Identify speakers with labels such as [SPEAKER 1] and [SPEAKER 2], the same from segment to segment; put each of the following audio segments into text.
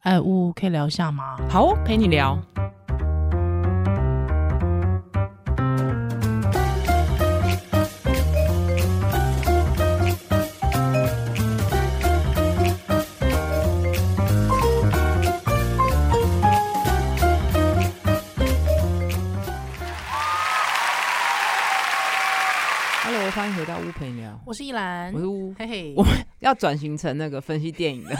[SPEAKER 1] 哎，呜，可以聊一下吗？
[SPEAKER 2] 好哦，陪你聊。Hello，欢迎回到屋陪你聊，
[SPEAKER 1] 我是依兰
[SPEAKER 2] 我，是屋。
[SPEAKER 1] 嘿嘿，
[SPEAKER 2] 我要转型成那个分析 电影的，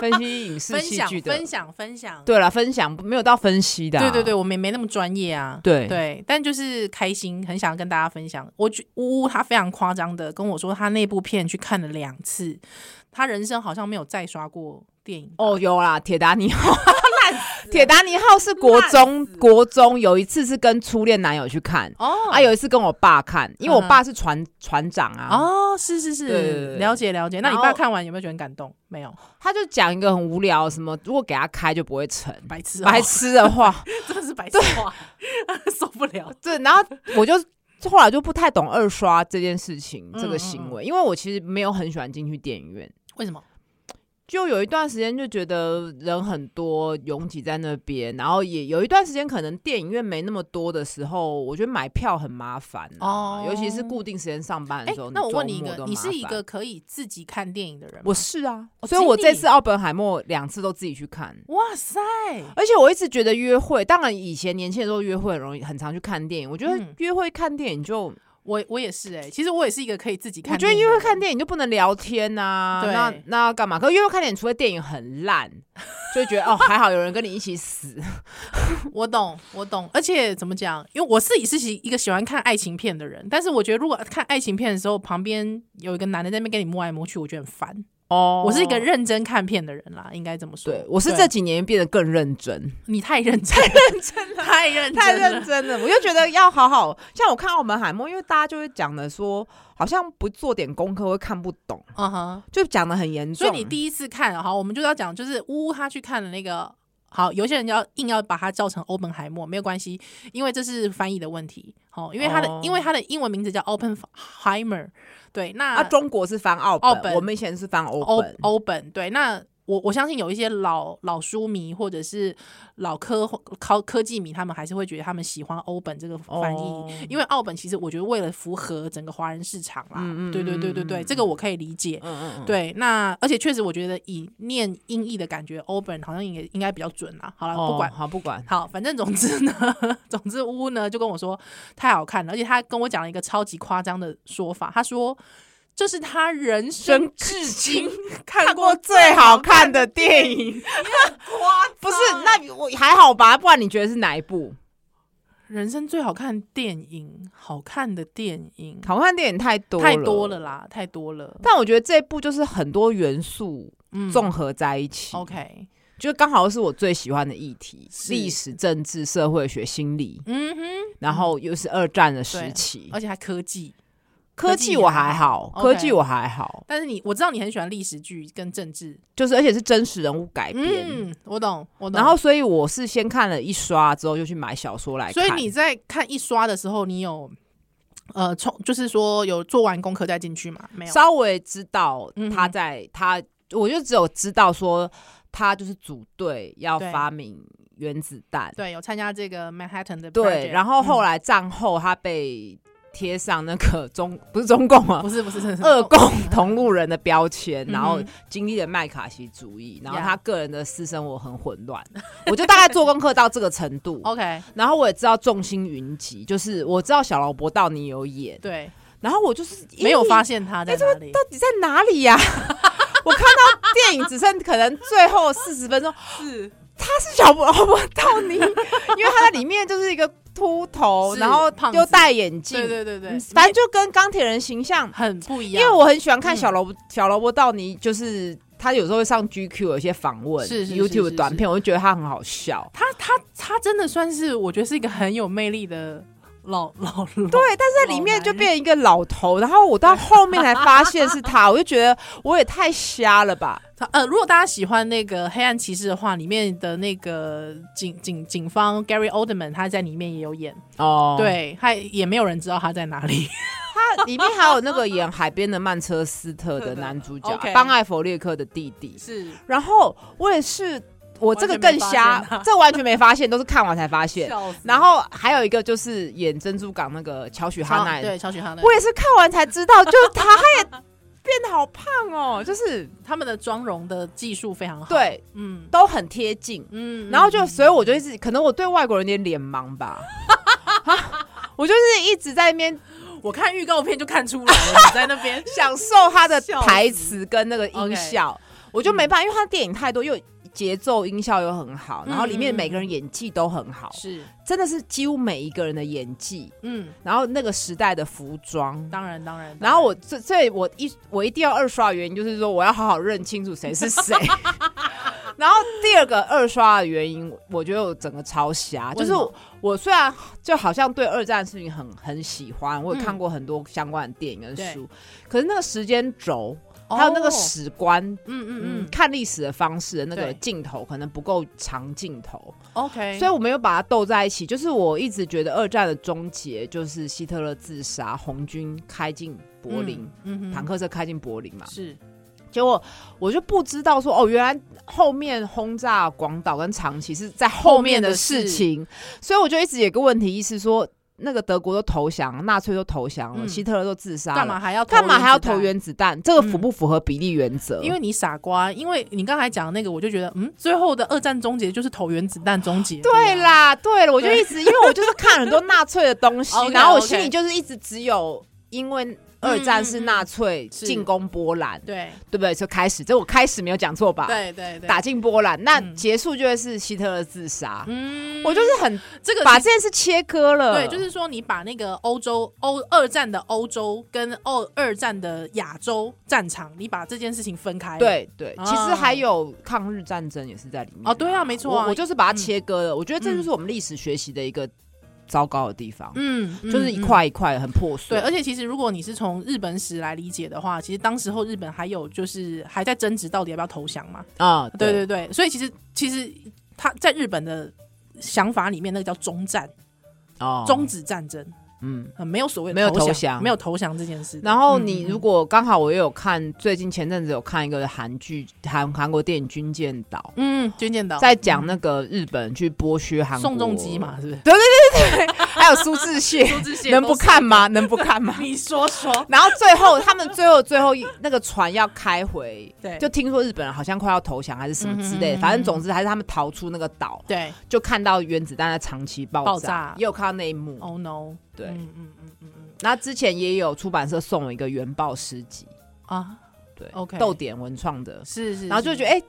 [SPEAKER 2] 分析影视
[SPEAKER 1] 分
[SPEAKER 2] 戏
[SPEAKER 1] 享
[SPEAKER 2] 剧的
[SPEAKER 1] 分。享分享，
[SPEAKER 2] 对啦，分享没有到分析的啊、
[SPEAKER 1] 对对对，我们也没那么专业啊。
[SPEAKER 2] 对
[SPEAKER 1] 对，但就是开心，很想跟大家分享。我觉呜呜，他非常夸张的跟我说，他那部片去看了两次，他人生好像没有再刷过电影。
[SPEAKER 2] 哦，有啦，铁达尼 号，铁达尼号是国中国中有一次是跟初恋男友去看，
[SPEAKER 1] 哦
[SPEAKER 2] 啊，有一次跟我爸看，因为我
[SPEAKER 1] 嗯哼
[SPEAKER 2] 爸是船、船长啊，
[SPEAKER 1] 哦，是是
[SPEAKER 2] 对对对
[SPEAKER 1] 是，
[SPEAKER 2] 对
[SPEAKER 1] 了解了解。那你爸
[SPEAKER 2] 然后
[SPEAKER 1] 看完有没有觉得很感动？没 有，
[SPEAKER 2] 他就讲一个很无聊，什么如果给他开就不会成，
[SPEAKER 1] 白痴、哦，
[SPEAKER 2] 白，痴的话，
[SPEAKER 1] 真的是 白痴话，受不了。
[SPEAKER 2] 对，然后我就。后来就不太懂二刷这件事情，
[SPEAKER 1] 嗯
[SPEAKER 2] 这个行为，因为我其实没有很喜欢进去电影院，
[SPEAKER 1] 为什么？
[SPEAKER 2] 就有一段时间就觉得人很多，拥挤在那边，然后也有一段时间可能电影院没那么多的时候，我觉得买票很麻烦、啊、
[SPEAKER 1] 哦
[SPEAKER 2] 尤其是固定时间上班
[SPEAKER 1] 哎、
[SPEAKER 2] 的时候。
[SPEAKER 1] 那我问你一
[SPEAKER 2] 周末
[SPEAKER 1] 个，
[SPEAKER 2] 都
[SPEAKER 1] 你
[SPEAKER 2] 麻
[SPEAKER 1] 是一
[SPEAKER 2] 烦
[SPEAKER 1] 个，可以自己看电影的人吗？
[SPEAKER 2] 我是啊，
[SPEAKER 1] 哦
[SPEAKER 2] 所以我
[SPEAKER 1] 真的
[SPEAKER 2] 这次奥本海默两次都自己去看。
[SPEAKER 1] 哇塞，
[SPEAKER 2] 而且我一直觉得约会，当然以前年轻的时候约会很容易，很常去看电影。我觉得
[SPEAKER 1] 嗯
[SPEAKER 2] 约会看电影就，
[SPEAKER 1] 我我也是哎、其实我也是一个可以自己看
[SPEAKER 2] 我觉得
[SPEAKER 1] 电影
[SPEAKER 2] 约
[SPEAKER 1] 的
[SPEAKER 2] 会
[SPEAKER 1] 人
[SPEAKER 2] 看电影就不能聊天呐、
[SPEAKER 1] 对
[SPEAKER 2] 那那要干嘛？可是约会看电影，除非电影很烂，就会觉得哦还好有人跟你一起死。
[SPEAKER 1] 我懂，我懂，而且怎么讲？因为我自己是喜一个喜欢看爱情片的人，但是我觉得如果看爱情片的时候，旁边有一个男的在那边跟你摸来摸去，我觉得很烦。
[SPEAKER 2] 哦
[SPEAKER 1] 我是一个认真看片的人啦，应该这么说。
[SPEAKER 2] 对，我是这几年变得更认真，
[SPEAKER 1] 你太认真，太认真了，太认
[SPEAKER 2] 太
[SPEAKER 1] 真
[SPEAKER 2] 认
[SPEAKER 1] 了。
[SPEAKER 2] 真了。我就觉得要好好，像我看澳门海默，因为大家就会讲的说，好像不做点功课会看不懂，
[SPEAKER 1] 嗯哼，
[SPEAKER 2] 就讲的很严
[SPEAKER 1] 所
[SPEAKER 2] 重。
[SPEAKER 1] 以你第一次看，好，我们就要讲，就是呜呜他去看了那个。好，有些人要硬要把它叫成欧本海默，没有关系，因为这是翻译的问题。好、因为它的、
[SPEAKER 2] 哦
[SPEAKER 1] 因为它的英文名字叫 Oppenheimer，对，那、
[SPEAKER 2] 啊，中国是翻澳
[SPEAKER 1] 澳
[SPEAKER 2] 本，
[SPEAKER 1] 本
[SPEAKER 2] 我们以前是翻欧
[SPEAKER 1] 欧
[SPEAKER 2] 本。
[SPEAKER 1] 欧本对，那我我相信有一些老老书迷或者是老科科科技迷，他们还是会觉得他们喜欢欧本这个翻译。
[SPEAKER 2] 哦
[SPEAKER 1] 因为奥本其实我觉得为了符合整个华人市场啦，
[SPEAKER 2] 嗯嗯
[SPEAKER 1] 对对对对
[SPEAKER 2] 嗯
[SPEAKER 1] 对，
[SPEAKER 2] 嗯
[SPEAKER 1] 这个我可以理解。
[SPEAKER 2] 嗯嗯嗯，
[SPEAKER 1] 对，那而且确实我觉得以念音译的感觉，欧本好像也应该比较准啦。好了，
[SPEAKER 2] 哦，
[SPEAKER 1] 不管
[SPEAKER 2] 好不管，
[SPEAKER 1] 好，反正总之呢， 总之乌呢就跟我说太好看了，而且他跟我讲了一个超级夸张的说法，他说这是他人生至今看
[SPEAKER 2] 看
[SPEAKER 1] 过
[SPEAKER 2] 过最好看的电影，不是？那我还好吧，不然你觉得是哪一部？
[SPEAKER 1] 人生最好看的电影，好看的电影
[SPEAKER 2] 好看的电影太多
[SPEAKER 1] 太多了。啦，太多了。
[SPEAKER 2] 但我觉得这部就是很多元素
[SPEAKER 1] 嗯
[SPEAKER 2] 综合在一起。
[SPEAKER 1] OK，
[SPEAKER 2] 就刚好是我最喜欢的议题：
[SPEAKER 1] 是
[SPEAKER 2] 历史、政治、社会学、心理，
[SPEAKER 1] 嗯哼，
[SPEAKER 2] 然后又是二战的时期。
[SPEAKER 1] 而且还科技。
[SPEAKER 2] 科技我还好，
[SPEAKER 1] 科技也还好
[SPEAKER 2] 科技我还好，
[SPEAKER 1] 但是你我知道你很喜欢历史剧跟政治，
[SPEAKER 2] 就是而且是真实人物改编。
[SPEAKER 1] 嗯，我懂，我懂。
[SPEAKER 2] 然后，所以我是先看了一刷，之后就去买小说来看。
[SPEAKER 1] 所以你在看一刷的时候，你有呃冲，就是说有做完功课再进去吗？没有。
[SPEAKER 2] 稍微知道
[SPEAKER 1] 嗯哼
[SPEAKER 2] 他在他，我就只有知道说他就是组队要
[SPEAKER 1] 对
[SPEAKER 2] 发明原子弹，
[SPEAKER 1] 对，有参加这个 Manhattan 的 project,
[SPEAKER 2] 对。然后后
[SPEAKER 1] 来、
[SPEAKER 2] 来战后他被贴上那个中不是中共
[SPEAKER 1] 嗯
[SPEAKER 2] 啊，
[SPEAKER 1] 不是不是是是
[SPEAKER 2] 二共同路人的标签，
[SPEAKER 1] 哼
[SPEAKER 2] 然后经历了麦卡锡主义，然后
[SPEAKER 1] Yeah
[SPEAKER 2] 他个人的私生活很混乱， 我就大概做功课到这个程 度，
[SPEAKER 1] OK
[SPEAKER 2] 然后我也知道众星云集，就是我知道小劳勃道尼有演，
[SPEAKER 1] 对，
[SPEAKER 2] 然后我就是
[SPEAKER 1] 没有发
[SPEAKER 2] 现
[SPEAKER 1] 现他在哪里。
[SPEAKER 2] 哎到底在哪里呀、 我看到电影只剩可能最后四十分钟，
[SPEAKER 1] 是
[SPEAKER 2] 他是小劳勃道尼，因 为他在里面就是一个秃头，
[SPEAKER 1] 是
[SPEAKER 2] 然后
[SPEAKER 1] 胖子
[SPEAKER 2] 又戴眼镜，
[SPEAKER 1] 对对对对，
[SPEAKER 2] 嗯反正就跟钢铁人形象
[SPEAKER 1] 很不一
[SPEAKER 2] 因
[SPEAKER 1] 样。
[SPEAKER 2] 为我很喜欢看
[SPEAKER 1] 嗯
[SPEAKER 2] 小萝卜、小萝卜道尼，就是他有时候会上 GQ 有一些访问，
[SPEAKER 1] 是是是
[SPEAKER 2] YouTube
[SPEAKER 1] 是
[SPEAKER 2] 的短片，我就觉得他很好笑。
[SPEAKER 1] 他他他真的算是我觉得是一个很有魅力的老老对，
[SPEAKER 2] 对，但是在里面就变成一个老头，然后我到后面才发现是他，我就觉得我也太瞎了吧。
[SPEAKER 1] 他呃，如果大家喜欢那个《黑暗骑士》的话，里面的那个警警警方 Gary Oldman 他在里面也有演，
[SPEAKER 2] 哦，
[SPEAKER 1] 对，他也没有人知道他在哪里。
[SPEAKER 2] 他里面还有那个演海边的曼彻 斯特的男主角
[SPEAKER 1] OK
[SPEAKER 2] 邦艾弗列克的弟弟，
[SPEAKER 1] 是
[SPEAKER 2] 然后我也是。我这个更瞎
[SPEAKER 1] 完全没发现啊，
[SPEAKER 2] 这完全没发现，都是看完才发 现。
[SPEAKER 1] 笑死
[SPEAKER 2] 然后还有一个就是演珍珠港那个乔许哈
[SPEAKER 1] 乔
[SPEAKER 2] 奈，
[SPEAKER 1] 对乔许哈奈，
[SPEAKER 2] 我也是看完才知道，就是他也变得好胖 哦，就是
[SPEAKER 1] 他们的妆容的技术非常好，，
[SPEAKER 2] 对，
[SPEAKER 1] 嗯
[SPEAKER 2] 都很贴近。
[SPEAKER 1] 嗯，
[SPEAKER 2] 然后就，
[SPEAKER 1] 嗯
[SPEAKER 2] 所以我就一直，可能我对外国人有点脸盲 吧，啊我就是一直在那边
[SPEAKER 1] 我看预告片就看出来了， 你在那边
[SPEAKER 2] 享受他的
[SPEAKER 1] 笑死
[SPEAKER 2] 台词跟那个音效，我就没办法，因为他电影太多，又节奏音效又很好，然后里
[SPEAKER 1] 嗯嗯
[SPEAKER 2] 面
[SPEAKER 1] 嗯嗯
[SPEAKER 2] 每个人演技都很好，
[SPEAKER 1] 是，
[SPEAKER 2] 真的是几乎每一个人的演技，
[SPEAKER 1] 嗯，
[SPEAKER 2] 然后那个时代的服装。
[SPEAKER 1] 当然当然，
[SPEAKER 2] 然后我这这我一我一定要二刷的原因就是说我要好好认清楚谁是 谁。然后第二个二刷的原因，我觉得我整个超瞎，就
[SPEAKER 1] 为
[SPEAKER 2] 是
[SPEAKER 1] 什么
[SPEAKER 2] 我我虽然就好像对二战的事情很很喜欢，我也看过很多相关的电影跟
[SPEAKER 1] 嗯对
[SPEAKER 2] 书，可是那个时间轴
[SPEAKER 1] 哦
[SPEAKER 2] 还有那个史观，
[SPEAKER 1] 嗯嗯
[SPEAKER 2] 嗯
[SPEAKER 1] 嗯，
[SPEAKER 2] 看历史的方式的那个
[SPEAKER 1] 对
[SPEAKER 2] 镜头可能不够长镜头，
[SPEAKER 1] ，OK，
[SPEAKER 2] 所以我没有把它斗在一起。就是我一直觉得二战的终结就是希特勒自杀，红军开进柏林，，
[SPEAKER 1] 嗯嗯
[SPEAKER 2] 坦克车开进柏林嘛。
[SPEAKER 1] 是，
[SPEAKER 2] 结果我就不知道说，哦，原来后面轰炸广岛跟长崎是在后面的事情，所以我就一直有一个问题意识说，那个德国都投降，纳粹都投降了，
[SPEAKER 1] 嗯
[SPEAKER 2] 希特勒都自杀了，
[SPEAKER 1] 干嘛还要
[SPEAKER 2] 干嘛还要投
[SPEAKER 1] 原？
[SPEAKER 2] 原子弹？嗯这个符不符合比例原则？
[SPEAKER 1] 因为你傻瓜，因为你刚才讲的那个，我就觉得，嗯，最后的二战终结就是投原子弹终结。
[SPEAKER 2] 对
[SPEAKER 1] 啊，
[SPEAKER 2] 啦，对了，我就一 直因为我就是看很多纳粹的东西
[SPEAKER 1] OK，，
[SPEAKER 2] 然后我
[SPEAKER 1] OK
[SPEAKER 2] 心里就是一直只有因为二战是纳粹
[SPEAKER 1] 是
[SPEAKER 2] 进攻波兰，
[SPEAKER 1] 对
[SPEAKER 2] 对不对？就开始，这我开始没有讲错吧？，
[SPEAKER 1] 对对对，
[SPEAKER 2] 打进波兰，那
[SPEAKER 1] 嗯
[SPEAKER 2] 结束就会是希特勒自杀。
[SPEAKER 1] 嗯
[SPEAKER 2] 我就是很
[SPEAKER 1] 这个
[SPEAKER 2] 把
[SPEAKER 1] 其实。
[SPEAKER 2] 这件事切割了，
[SPEAKER 1] 对，就是说你把那个欧洲欧二战的欧洲跟欧二战的亚洲战场，你把这件事情分开。，
[SPEAKER 2] 对对。
[SPEAKER 1] 啊
[SPEAKER 2] 其实还有抗日战争也是在里面
[SPEAKER 1] 哦，对嗯啊，没错
[SPEAKER 2] 我
[SPEAKER 1] 啊，
[SPEAKER 2] 我就是把它切割了。我觉得这就是我们历史学习的一个糟糕的地方，
[SPEAKER 1] 嗯，嗯
[SPEAKER 2] 就是一。
[SPEAKER 1] 嗯
[SPEAKER 2] 块一块很破碎
[SPEAKER 1] 对，。而且其实如果你是从日本史来理解的话，其实当时候日本还有就是还在争执到底要不要投降嘛。
[SPEAKER 2] 啊，
[SPEAKER 1] 对对对，所以其实其实他在日本的想法里面，那个叫中战。
[SPEAKER 2] 哦
[SPEAKER 1] 终止战争，
[SPEAKER 2] 嗯。
[SPEAKER 1] 呃、没有所谓的
[SPEAKER 2] 没有投
[SPEAKER 1] 投
[SPEAKER 2] 降
[SPEAKER 1] 没有投降这件事。
[SPEAKER 2] 然后
[SPEAKER 1] 嗯
[SPEAKER 2] 你
[SPEAKER 1] 嗯
[SPEAKER 2] 如果刚好我也有看，最近前阵子有看一个韩剧，韩韩国电影《军舰岛
[SPEAKER 1] 嗯，军舰岛》，
[SPEAKER 2] 在讲那个日本去剥削韩国
[SPEAKER 1] 宋仲基，嘛， 是不是？
[SPEAKER 2] 还有 苏志燮，
[SPEAKER 1] 朱志燮
[SPEAKER 2] 能不？看吗？能不看吗？
[SPEAKER 1] 你说 说，
[SPEAKER 2] 然后最后他们最后最后一那个船要开回，
[SPEAKER 1] 对，
[SPEAKER 2] 就听说日本人好像快要投降还是什么之
[SPEAKER 1] 嗯
[SPEAKER 2] 类
[SPEAKER 1] 哼嗯
[SPEAKER 2] 的，
[SPEAKER 1] 哼
[SPEAKER 2] 反正总之还是他们逃出那个岛，
[SPEAKER 1] 对
[SPEAKER 2] 就看到原子弹在长期爆
[SPEAKER 1] 爆炸
[SPEAKER 2] 也有看到那一幕。
[SPEAKER 1] ，Oh no，
[SPEAKER 2] 对
[SPEAKER 1] 嗯嗯嗯嗯嗯
[SPEAKER 2] 那之前也有出版社送我一个原爆诗集，
[SPEAKER 1] 啊，
[SPEAKER 2] 对
[SPEAKER 1] OK
[SPEAKER 2] 豆点文创的，
[SPEAKER 1] 是是，
[SPEAKER 2] 然后就觉
[SPEAKER 1] 得
[SPEAKER 2] 得哎、诶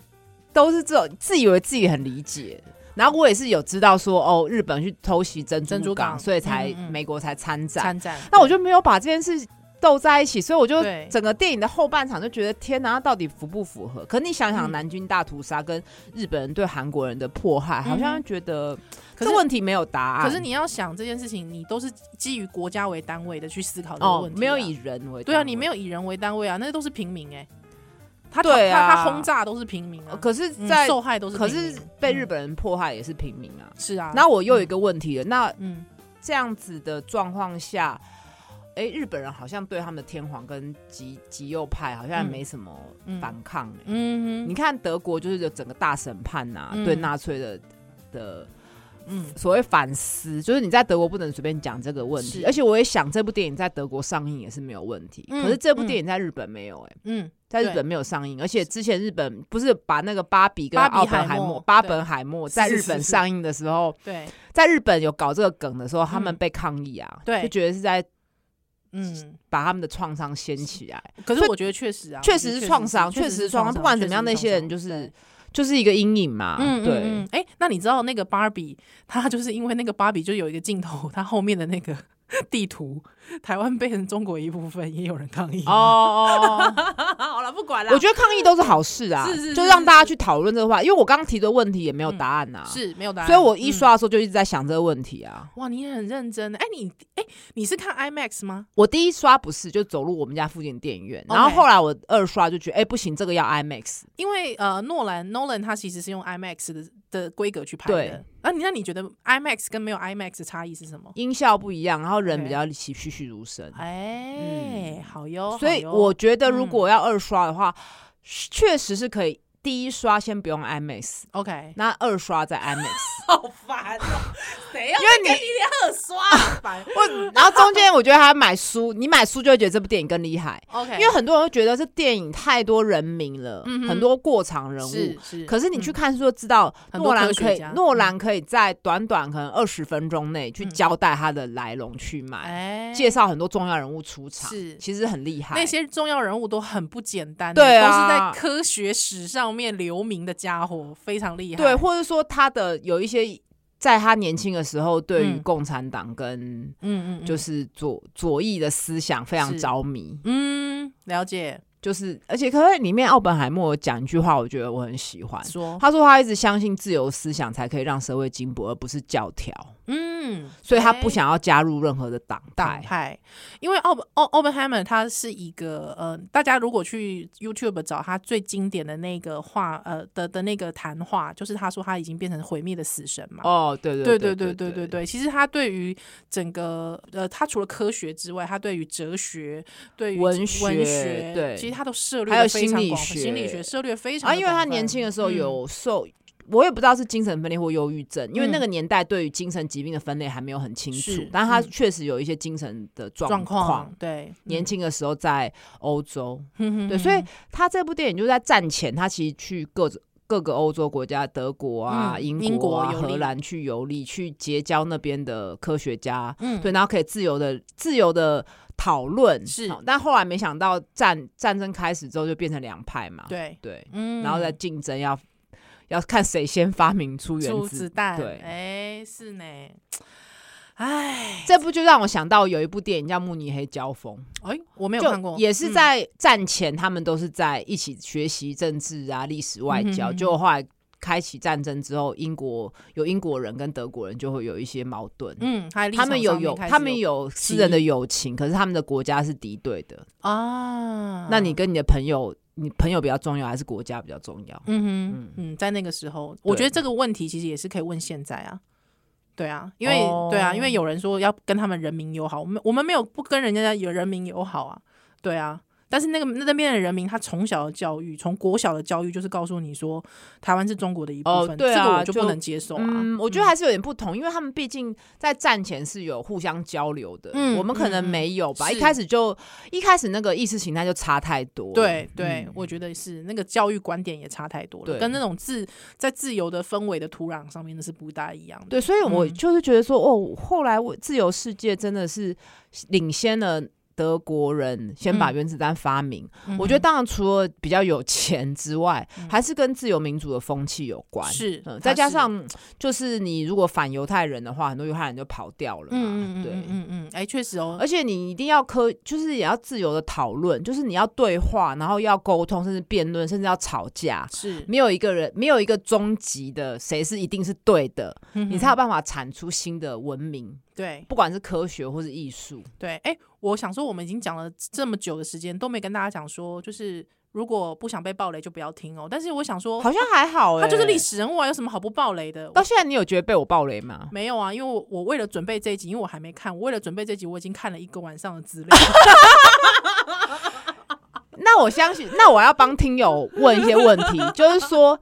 [SPEAKER 2] 都是这种自以为自己很理解。然后我也是有知道说哦，日本去偷袭珍珠港，
[SPEAKER 1] 珍珠港
[SPEAKER 2] 所以才、
[SPEAKER 1] 嗯嗯
[SPEAKER 2] 美国才参战。
[SPEAKER 1] 参战，
[SPEAKER 2] 那我就没有把这件事斗在一起，所以我就
[SPEAKER 1] 对
[SPEAKER 2] 整个电影的后半场就觉得天哪，那到底符不符合？可你想想，
[SPEAKER 1] 嗯
[SPEAKER 2] 南京大屠杀跟日本人对韩国人的迫害，好像觉得
[SPEAKER 1] 嗯可
[SPEAKER 2] 这
[SPEAKER 1] 是
[SPEAKER 2] 问题啊没有答案。
[SPEAKER 1] 可是你要想这件事情，你都是基于国家为单位的去思考这个
[SPEAKER 2] 哦
[SPEAKER 1] 问，题啊，
[SPEAKER 2] 没有以人为
[SPEAKER 1] 对啊，你
[SPEAKER 2] 有。
[SPEAKER 1] 没有以人为单位啊，那都是平民哎，他
[SPEAKER 2] 对啊
[SPEAKER 1] 他
[SPEAKER 2] 呃
[SPEAKER 1] 他轰炸都是平民啊，
[SPEAKER 2] 可是
[SPEAKER 1] 嗯
[SPEAKER 2] 在，
[SPEAKER 1] 受害都是
[SPEAKER 2] 可
[SPEAKER 1] 平民，
[SPEAKER 2] 是被日
[SPEAKER 1] 嗯
[SPEAKER 2] 本人迫害也是平民啊。
[SPEAKER 1] 是啊，
[SPEAKER 2] 那我又有一个问题了，那
[SPEAKER 1] 嗯
[SPEAKER 2] 这样子的状况下，哎、日本人好像对他们的天皇跟极极右派好像
[SPEAKER 1] 嗯
[SPEAKER 2] 没什么
[SPEAKER 1] 嗯
[SPEAKER 2] 反抗、欸
[SPEAKER 1] 嗯
[SPEAKER 2] 你
[SPEAKER 1] 哼
[SPEAKER 2] 看德国就是有整个大审判呐、
[SPEAKER 1] 嗯
[SPEAKER 2] 对纳粹的的
[SPEAKER 1] 嗯
[SPEAKER 2] 所谓反思，就是你在德国不能随便讲这个问题。
[SPEAKER 1] 是
[SPEAKER 2] 而且我也想，这部电影在德国上映也是没有问题，
[SPEAKER 1] 嗯
[SPEAKER 2] 可是这部电影在日本没有、欸，
[SPEAKER 1] 嗯，
[SPEAKER 2] 在日
[SPEAKER 1] 对
[SPEAKER 2] 本没有上映，而且之前日本不是把那个芭比跟
[SPEAKER 1] 巴比
[SPEAKER 2] 奥本海
[SPEAKER 1] 海默
[SPEAKER 2] 默、
[SPEAKER 1] 对
[SPEAKER 2] 巴本海默在日
[SPEAKER 1] 是
[SPEAKER 2] 本
[SPEAKER 1] 是是
[SPEAKER 2] 上映的时候，
[SPEAKER 1] 对，
[SPEAKER 2] 在日本有搞这个梗的时候，他
[SPEAKER 1] 嗯
[SPEAKER 2] 们被抗议啊，
[SPEAKER 1] 对
[SPEAKER 2] 就觉得是在
[SPEAKER 1] 嗯。
[SPEAKER 2] 把他们的创伤掀起来，
[SPEAKER 1] 可是
[SPEAKER 2] 所以
[SPEAKER 1] 我觉得确实啊，
[SPEAKER 2] 确
[SPEAKER 1] 我觉
[SPEAKER 2] 实
[SPEAKER 1] 得
[SPEAKER 2] 是创伤，
[SPEAKER 1] 确
[SPEAKER 2] 确
[SPEAKER 1] 实
[SPEAKER 2] 实是
[SPEAKER 1] 创
[SPEAKER 2] 创伤。不管怎么样，那些人就
[SPEAKER 1] 确实
[SPEAKER 2] 是
[SPEAKER 1] 是
[SPEAKER 2] 就是一个阴影嘛
[SPEAKER 1] 创，伤对嗯，
[SPEAKER 2] 对。
[SPEAKER 1] 嗯，哎、嗯那你知道那个芭比，她就是因为那个芭比就有一个镜头，她后面的那个 地图，台湾变成中国一部分，也有人抗议。
[SPEAKER 2] 哦，哦，哦
[SPEAKER 1] 好了，不管了，
[SPEAKER 2] 我觉得抗议都是好事啊，
[SPEAKER 1] 是是是
[SPEAKER 2] 就让大家去讨论这个话，因为我刚刚提的问题也没有答案呐、啊，
[SPEAKER 1] 是没有答案，
[SPEAKER 2] 所以我一
[SPEAKER 1] 嗯、
[SPEAKER 2] 刷的时候就一直在想这个问题啊。
[SPEAKER 1] 哇，你也很认真。哎、你哎、你是看 IMAX 吗？
[SPEAKER 2] 我第一刷不是就走入我们家附近的电影院，
[SPEAKER 1] OK
[SPEAKER 2] 然后后来我二刷就觉得，哎、不行，这个要 IMAX，
[SPEAKER 1] 因为呃，诺兰 Nolan 他其实是用 IMAX 的的规格去拍的
[SPEAKER 2] 对。
[SPEAKER 1] 啊，你那你觉得 IMAX 跟没有 IMAX 的差异是什么？
[SPEAKER 2] 音效不一样，然后人
[SPEAKER 1] OK
[SPEAKER 2] 比较栩栩如生。
[SPEAKER 1] 嗯哎、好哟，
[SPEAKER 2] 所以
[SPEAKER 1] 好哟
[SPEAKER 2] 我觉得，如
[SPEAKER 1] 嗯
[SPEAKER 2] 果要二刷的话，确实是可以第一刷先不用 IMAX，
[SPEAKER 1] OK，
[SPEAKER 2] 那二刷再 IMAX。
[SPEAKER 1] 好 烦哦，谁要
[SPEAKER 2] 因为你
[SPEAKER 1] 再给你二刷？啊 烦
[SPEAKER 2] 我然后中间我觉得还买书，你买书就会觉得这部电影更厉害，
[SPEAKER 1] OK，
[SPEAKER 2] 因为很多人会觉得这电影太多人名了，
[SPEAKER 1] 嗯哼
[SPEAKER 2] 很多过场人物
[SPEAKER 1] 是。是，
[SPEAKER 2] 可是你去看书就知道，
[SPEAKER 1] 很多
[SPEAKER 2] 诺兰
[SPEAKER 1] 科
[SPEAKER 2] 可
[SPEAKER 1] 学
[SPEAKER 2] 以
[SPEAKER 1] 家，
[SPEAKER 2] 诺兰可以在短短可能二十分钟内去
[SPEAKER 1] 嗯
[SPEAKER 2] 交代他的来龙去脉，
[SPEAKER 1] 哎，
[SPEAKER 2] 介绍很多重要人物出场，
[SPEAKER 1] 是
[SPEAKER 2] 其实很厉害。
[SPEAKER 1] 那些重要人物都很不简单，
[SPEAKER 2] 对啊
[SPEAKER 1] 都是在科学史上面留名的家伙，非常厉害。
[SPEAKER 2] 对，或者说他的有一些在他年轻的时候，对于
[SPEAKER 1] 嗯
[SPEAKER 2] 共产党跟
[SPEAKER 1] 嗯嗯，
[SPEAKER 2] 就是是左左翼的思想非常
[SPEAKER 1] 是
[SPEAKER 2] 着迷，
[SPEAKER 1] 嗯，了解
[SPEAKER 2] 就是而且可是里面奥本海默有讲一句话，我觉得我很喜欢。
[SPEAKER 1] 说，
[SPEAKER 2] 他说他一直相信自由思想才可以让社会进步，而不是教条，
[SPEAKER 1] 嗯，
[SPEAKER 2] 所以他
[SPEAKER 1] 哎
[SPEAKER 2] 不想要加入任何的党
[SPEAKER 1] 党
[SPEAKER 2] 派。
[SPEAKER 1] 派，因为奥本奥奥本海默他是一个呃，大家如果去 YouTube 找他最经典的那个话呃的的那个谈话，就是他说他已经变成毁灭的死神嘛。
[SPEAKER 2] 哦，对
[SPEAKER 1] 对对对
[SPEAKER 2] 对对
[SPEAKER 1] 对对
[SPEAKER 2] 对，
[SPEAKER 1] 对，其实他对于整个呃，他除了科学之外，他对于哲学、对于
[SPEAKER 2] 文
[SPEAKER 1] 学、
[SPEAKER 2] 学对
[SPEAKER 1] 其实他都涉猎
[SPEAKER 2] 还有
[SPEAKER 1] 得非常
[SPEAKER 2] 心理
[SPEAKER 1] 广泛心理
[SPEAKER 2] 学
[SPEAKER 1] 学涉猎非常
[SPEAKER 2] 啊，
[SPEAKER 1] 地
[SPEAKER 2] 因为他
[SPEAKER 1] 广泛
[SPEAKER 2] 年轻的时候
[SPEAKER 1] 嗯
[SPEAKER 2] 有受。我也不知道是精神分裂或忧郁症，因为
[SPEAKER 1] 嗯
[SPEAKER 2] 那个年代对于精神疾病的分类还没有很清楚
[SPEAKER 1] 是，
[SPEAKER 2] 但他
[SPEAKER 1] 嗯
[SPEAKER 2] 确实有一些精神的状
[SPEAKER 1] 状
[SPEAKER 2] 况
[SPEAKER 1] 况。，对
[SPEAKER 2] 年，轻的时候在欧洲，
[SPEAKER 1] 嗯
[SPEAKER 2] 对，所以他这部电影就是在战前，他其实去各种各个欧洲国家，德国啊、
[SPEAKER 1] 嗯
[SPEAKER 2] 英
[SPEAKER 1] 英
[SPEAKER 2] 国
[SPEAKER 1] 国
[SPEAKER 2] 啊、
[SPEAKER 1] 游历
[SPEAKER 2] 荷兰去游历，去结交那边的科学家，
[SPEAKER 1] 嗯
[SPEAKER 2] 对，然后可以自由的、自由的讨论。
[SPEAKER 1] 是
[SPEAKER 2] 好但后来没想到战战争开始之后就变成两派嘛，
[SPEAKER 1] 对，
[SPEAKER 2] 对，
[SPEAKER 1] 嗯，
[SPEAKER 2] 然后再竞争要要看谁先发明出原
[SPEAKER 1] 出
[SPEAKER 2] 子
[SPEAKER 1] 子弹，
[SPEAKER 2] 对
[SPEAKER 1] 哎，是呢，哎，
[SPEAKER 2] 这部就让我想到有一部电影叫《慕尼黑交锋》，
[SPEAKER 1] 哎，我没有看
[SPEAKER 2] 就
[SPEAKER 1] 过，
[SPEAKER 2] 也是
[SPEAKER 1] 嗯
[SPEAKER 2] 在战前，他们都是在一起学习政治啊、历史、外
[SPEAKER 1] 嗯
[SPEAKER 2] 交。
[SPEAKER 1] 哼哼
[SPEAKER 2] 就后来开启战争之后，英国有英国人跟德国人就会有一些矛盾。
[SPEAKER 1] 嗯，还
[SPEAKER 2] 他们有
[SPEAKER 1] 有
[SPEAKER 2] 有他们有私人的友情，可是他们的国家是敌对的。
[SPEAKER 1] 啊，
[SPEAKER 2] 那你跟你的朋友，你朋友比较重要还是国家比较重要？
[SPEAKER 1] 嗯哼，嗯，在那个时候，我
[SPEAKER 2] 对
[SPEAKER 1] 觉得这个问题其实也是可以问现在啊。对啊，因为、
[SPEAKER 2] 哦
[SPEAKER 1] 对啊，因为有人说要跟他们人民友好，我们我们没有不跟人家有人民友好啊，对啊。但是那个那那边的人民，他从小的教育，从国小的教育就是告诉你说，台湾是中国的一部分，
[SPEAKER 2] 哦对啊
[SPEAKER 1] 这个我就
[SPEAKER 2] 就
[SPEAKER 1] 不能接受啊。
[SPEAKER 2] 嗯，我觉得还是有点不同，因为他们毕竟在战前是有互相交流的，
[SPEAKER 1] 嗯
[SPEAKER 2] 我们可能
[SPEAKER 1] 嗯嗯
[SPEAKER 2] 没有吧。
[SPEAKER 1] 是
[SPEAKER 2] 一开始就一开始那个意识形态就差太多了。
[SPEAKER 1] 对对，
[SPEAKER 2] 嗯
[SPEAKER 1] 我觉得是那个教育观点也差太多
[SPEAKER 2] 对
[SPEAKER 1] 了，跟那种自在自由的氛围的土壤上面那是不大一样的。
[SPEAKER 2] 对，所以我
[SPEAKER 1] 嗯
[SPEAKER 2] 就是觉得说，哦，后来我自由世界真的是领先了德国人，先把
[SPEAKER 1] 嗯
[SPEAKER 2] 原子弹发明。
[SPEAKER 1] 嗯
[SPEAKER 2] 我觉得
[SPEAKER 1] 哼
[SPEAKER 2] 当然除了比较有钱之外，
[SPEAKER 1] 嗯
[SPEAKER 2] 还是跟自由民主的风气有关。
[SPEAKER 1] 是它
[SPEAKER 2] 嗯，再加
[SPEAKER 1] 是
[SPEAKER 2] 上就是你如果反犹太人的话，很多犹太人就跑掉了嘛。
[SPEAKER 1] 嗯嗯嗯
[SPEAKER 2] 对。
[SPEAKER 1] 嗯嗯嗯，哎，确实 哦，
[SPEAKER 2] 而且你一定要科，就是也要自由的讨论，就是你要对话，然后要沟通，甚至辩论，甚至要吵架。
[SPEAKER 1] 是
[SPEAKER 2] 没有一个人，没有一个终极的，谁是一定是对的。嗯你
[SPEAKER 1] 你
[SPEAKER 2] 才有办法产出新的文明，
[SPEAKER 1] 嗯对
[SPEAKER 2] 不管是科学或是艺术。
[SPEAKER 1] 对，哎、我想说，我们已经讲了这么久的时间，都没跟大家讲说，就是如果不想被暴雷就不要听哦。但是我想说，
[SPEAKER 2] 好像还好、欸，
[SPEAKER 1] 他就是历。史人物啊，有什么好不暴雷的？
[SPEAKER 2] 到现在你有觉得被我暴雷吗？
[SPEAKER 1] 没有啊，因为我我为了准备这一集，因为我还没看，我为了准备这一集，我已经看了一个晚上的资 料。
[SPEAKER 2] 那我相信， 那我要帮听友问一些问 题，就是说，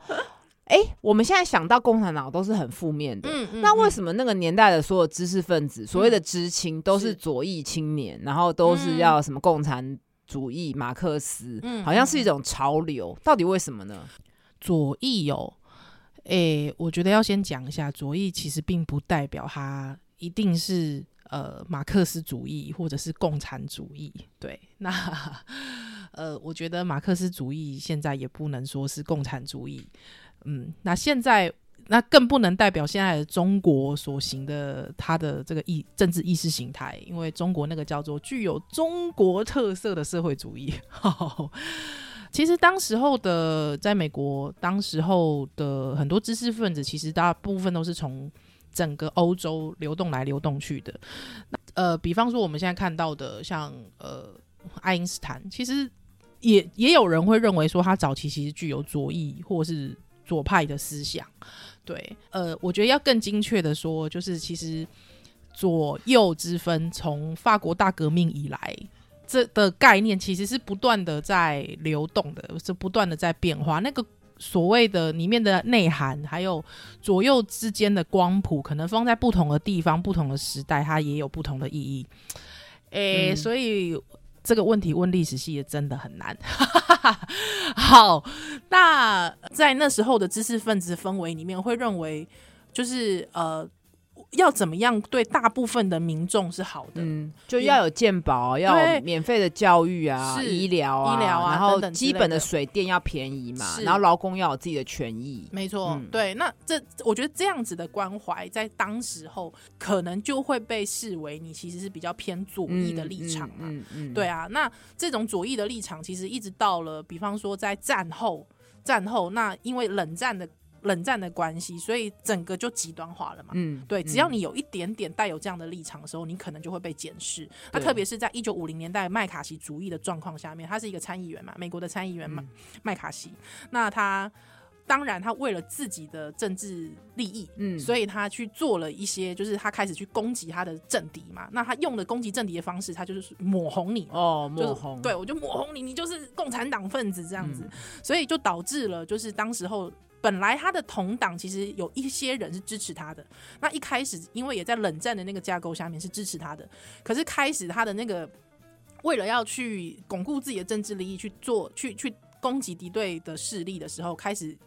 [SPEAKER 2] 哎、我们现在想到共产党都是很负面的。
[SPEAKER 1] 嗯，嗯
[SPEAKER 2] 那为
[SPEAKER 1] 么？
[SPEAKER 2] 什么那个年代的所有知识分子，所谓的知青，都是
[SPEAKER 1] 是
[SPEAKER 2] 左翼青年，然后都是要什么共产主义、马克思，
[SPEAKER 1] 嗯
[SPEAKER 2] 好像是一种潮流，到底为什么呢？
[SPEAKER 1] 左翼哦，诶、我觉得要先讲一下，左翼其实并不代表他一定是呃马克思主义或者是共产主义。对，那呃，我觉得马克思主义现在也不能说是共产主义。嗯，那现在。那更不能代表现在的中国所行的它的这个意政治意识形态，因为中国那个叫做具有中国特色的社会主义。 其实当时候的在美国，当时候的很多知识分子，其实大部分都是从整个欧洲流动来流动去的。那呃，比方说我们现在看到的，像呃爱因斯坦，其实也也有人会认为说他早期其实具有左翼或是左派的思想。对，呃，我觉得要更精确的说，就是其实左右之分，从法国大革命以来，这的概念其实是不断的在流动的，是不断的在变化。那个所谓的里面的内涵，还有左右之间的光谱，可能放在不同的地方、不同的时代，它也有不同的意义。诶、
[SPEAKER 2] 嗯
[SPEAKER 1] 所以这个问题问历史系也真的很难。好，那在那时候的知识分子氛围里面，会认为就是呃，要怎么样对大部分的民众是好的，
[SPEAKER 2] 嗯，就要有健保，啊要有免费的教育啊，
[SPEAKER 1] 是
[SPEAKER 2] 医疗啊，
[SPEAKER 1] 医疗啊
[SPEAKER 2] 然后
[SPEAKER 1] 等等之
[SPEAKER 2] 基本
[SPEAKER 1] 类的
[SPEAKER 2] 的水电要便宜嘛，
[SPEAKER 1] 是
[SPEAKER 2] 然后劳工要有自己的权益。
[SPEAKER 1] 没错，
[SPEAKER 2] 嗯
[SPEAKER 1] 对。那这我觉得这样子的关怀，在当时候可能就会被视为你其实是比较偏左翼的立场嘛。
[SPEAKER 2] 嗯嗯
[SPEAKER 1] 对，啊，那这种左翼的立场，其实一直到了，比方说在战后，战后那因为冷战的冷战的关系，所以整个就极端化了嘛。
[SPEAKER 2] 嗯
[SPEAKER 1] 对，只要
[SPEAKER 2] 嗯
[SPEAKER 1] 你有一点点带有这样的立场的时候，你可能就会被检视。那
[SPEAKER 2] 对
[SPEAKER 1] 特别是在一九五零年代麦卡锡主义的状况下面，他是一个参议员嘛，美国的参议员嘛，
[SPEAKER 2] 嗯
[SPEAKER 1] 麦卡锡。那他当然，他为了自己的政治利益，
[SPEAKER 2] 嗯
[SPEAKER 1] 所以他去做了一些，就是他开始去攻击他的政敌嘛。那他用的攻击政敌的方式，他就是抹红你。
[SPEAKER 2] 哦，
[SPEAKER 1] 就是
[SPEAKER 2] 抹红，
[SPEAKER 1] 对，嗯我就抹红你，你就是共产党分子这样子，所以就导致了，就是当时候本来他的同党其实有一些人是支持他的，那一开始因为也在冷战的那个架构下面是支持他的，可是开始他的那个为了要去巩固自己的政治利益，去做去去攻击敌对的势力的时候，开始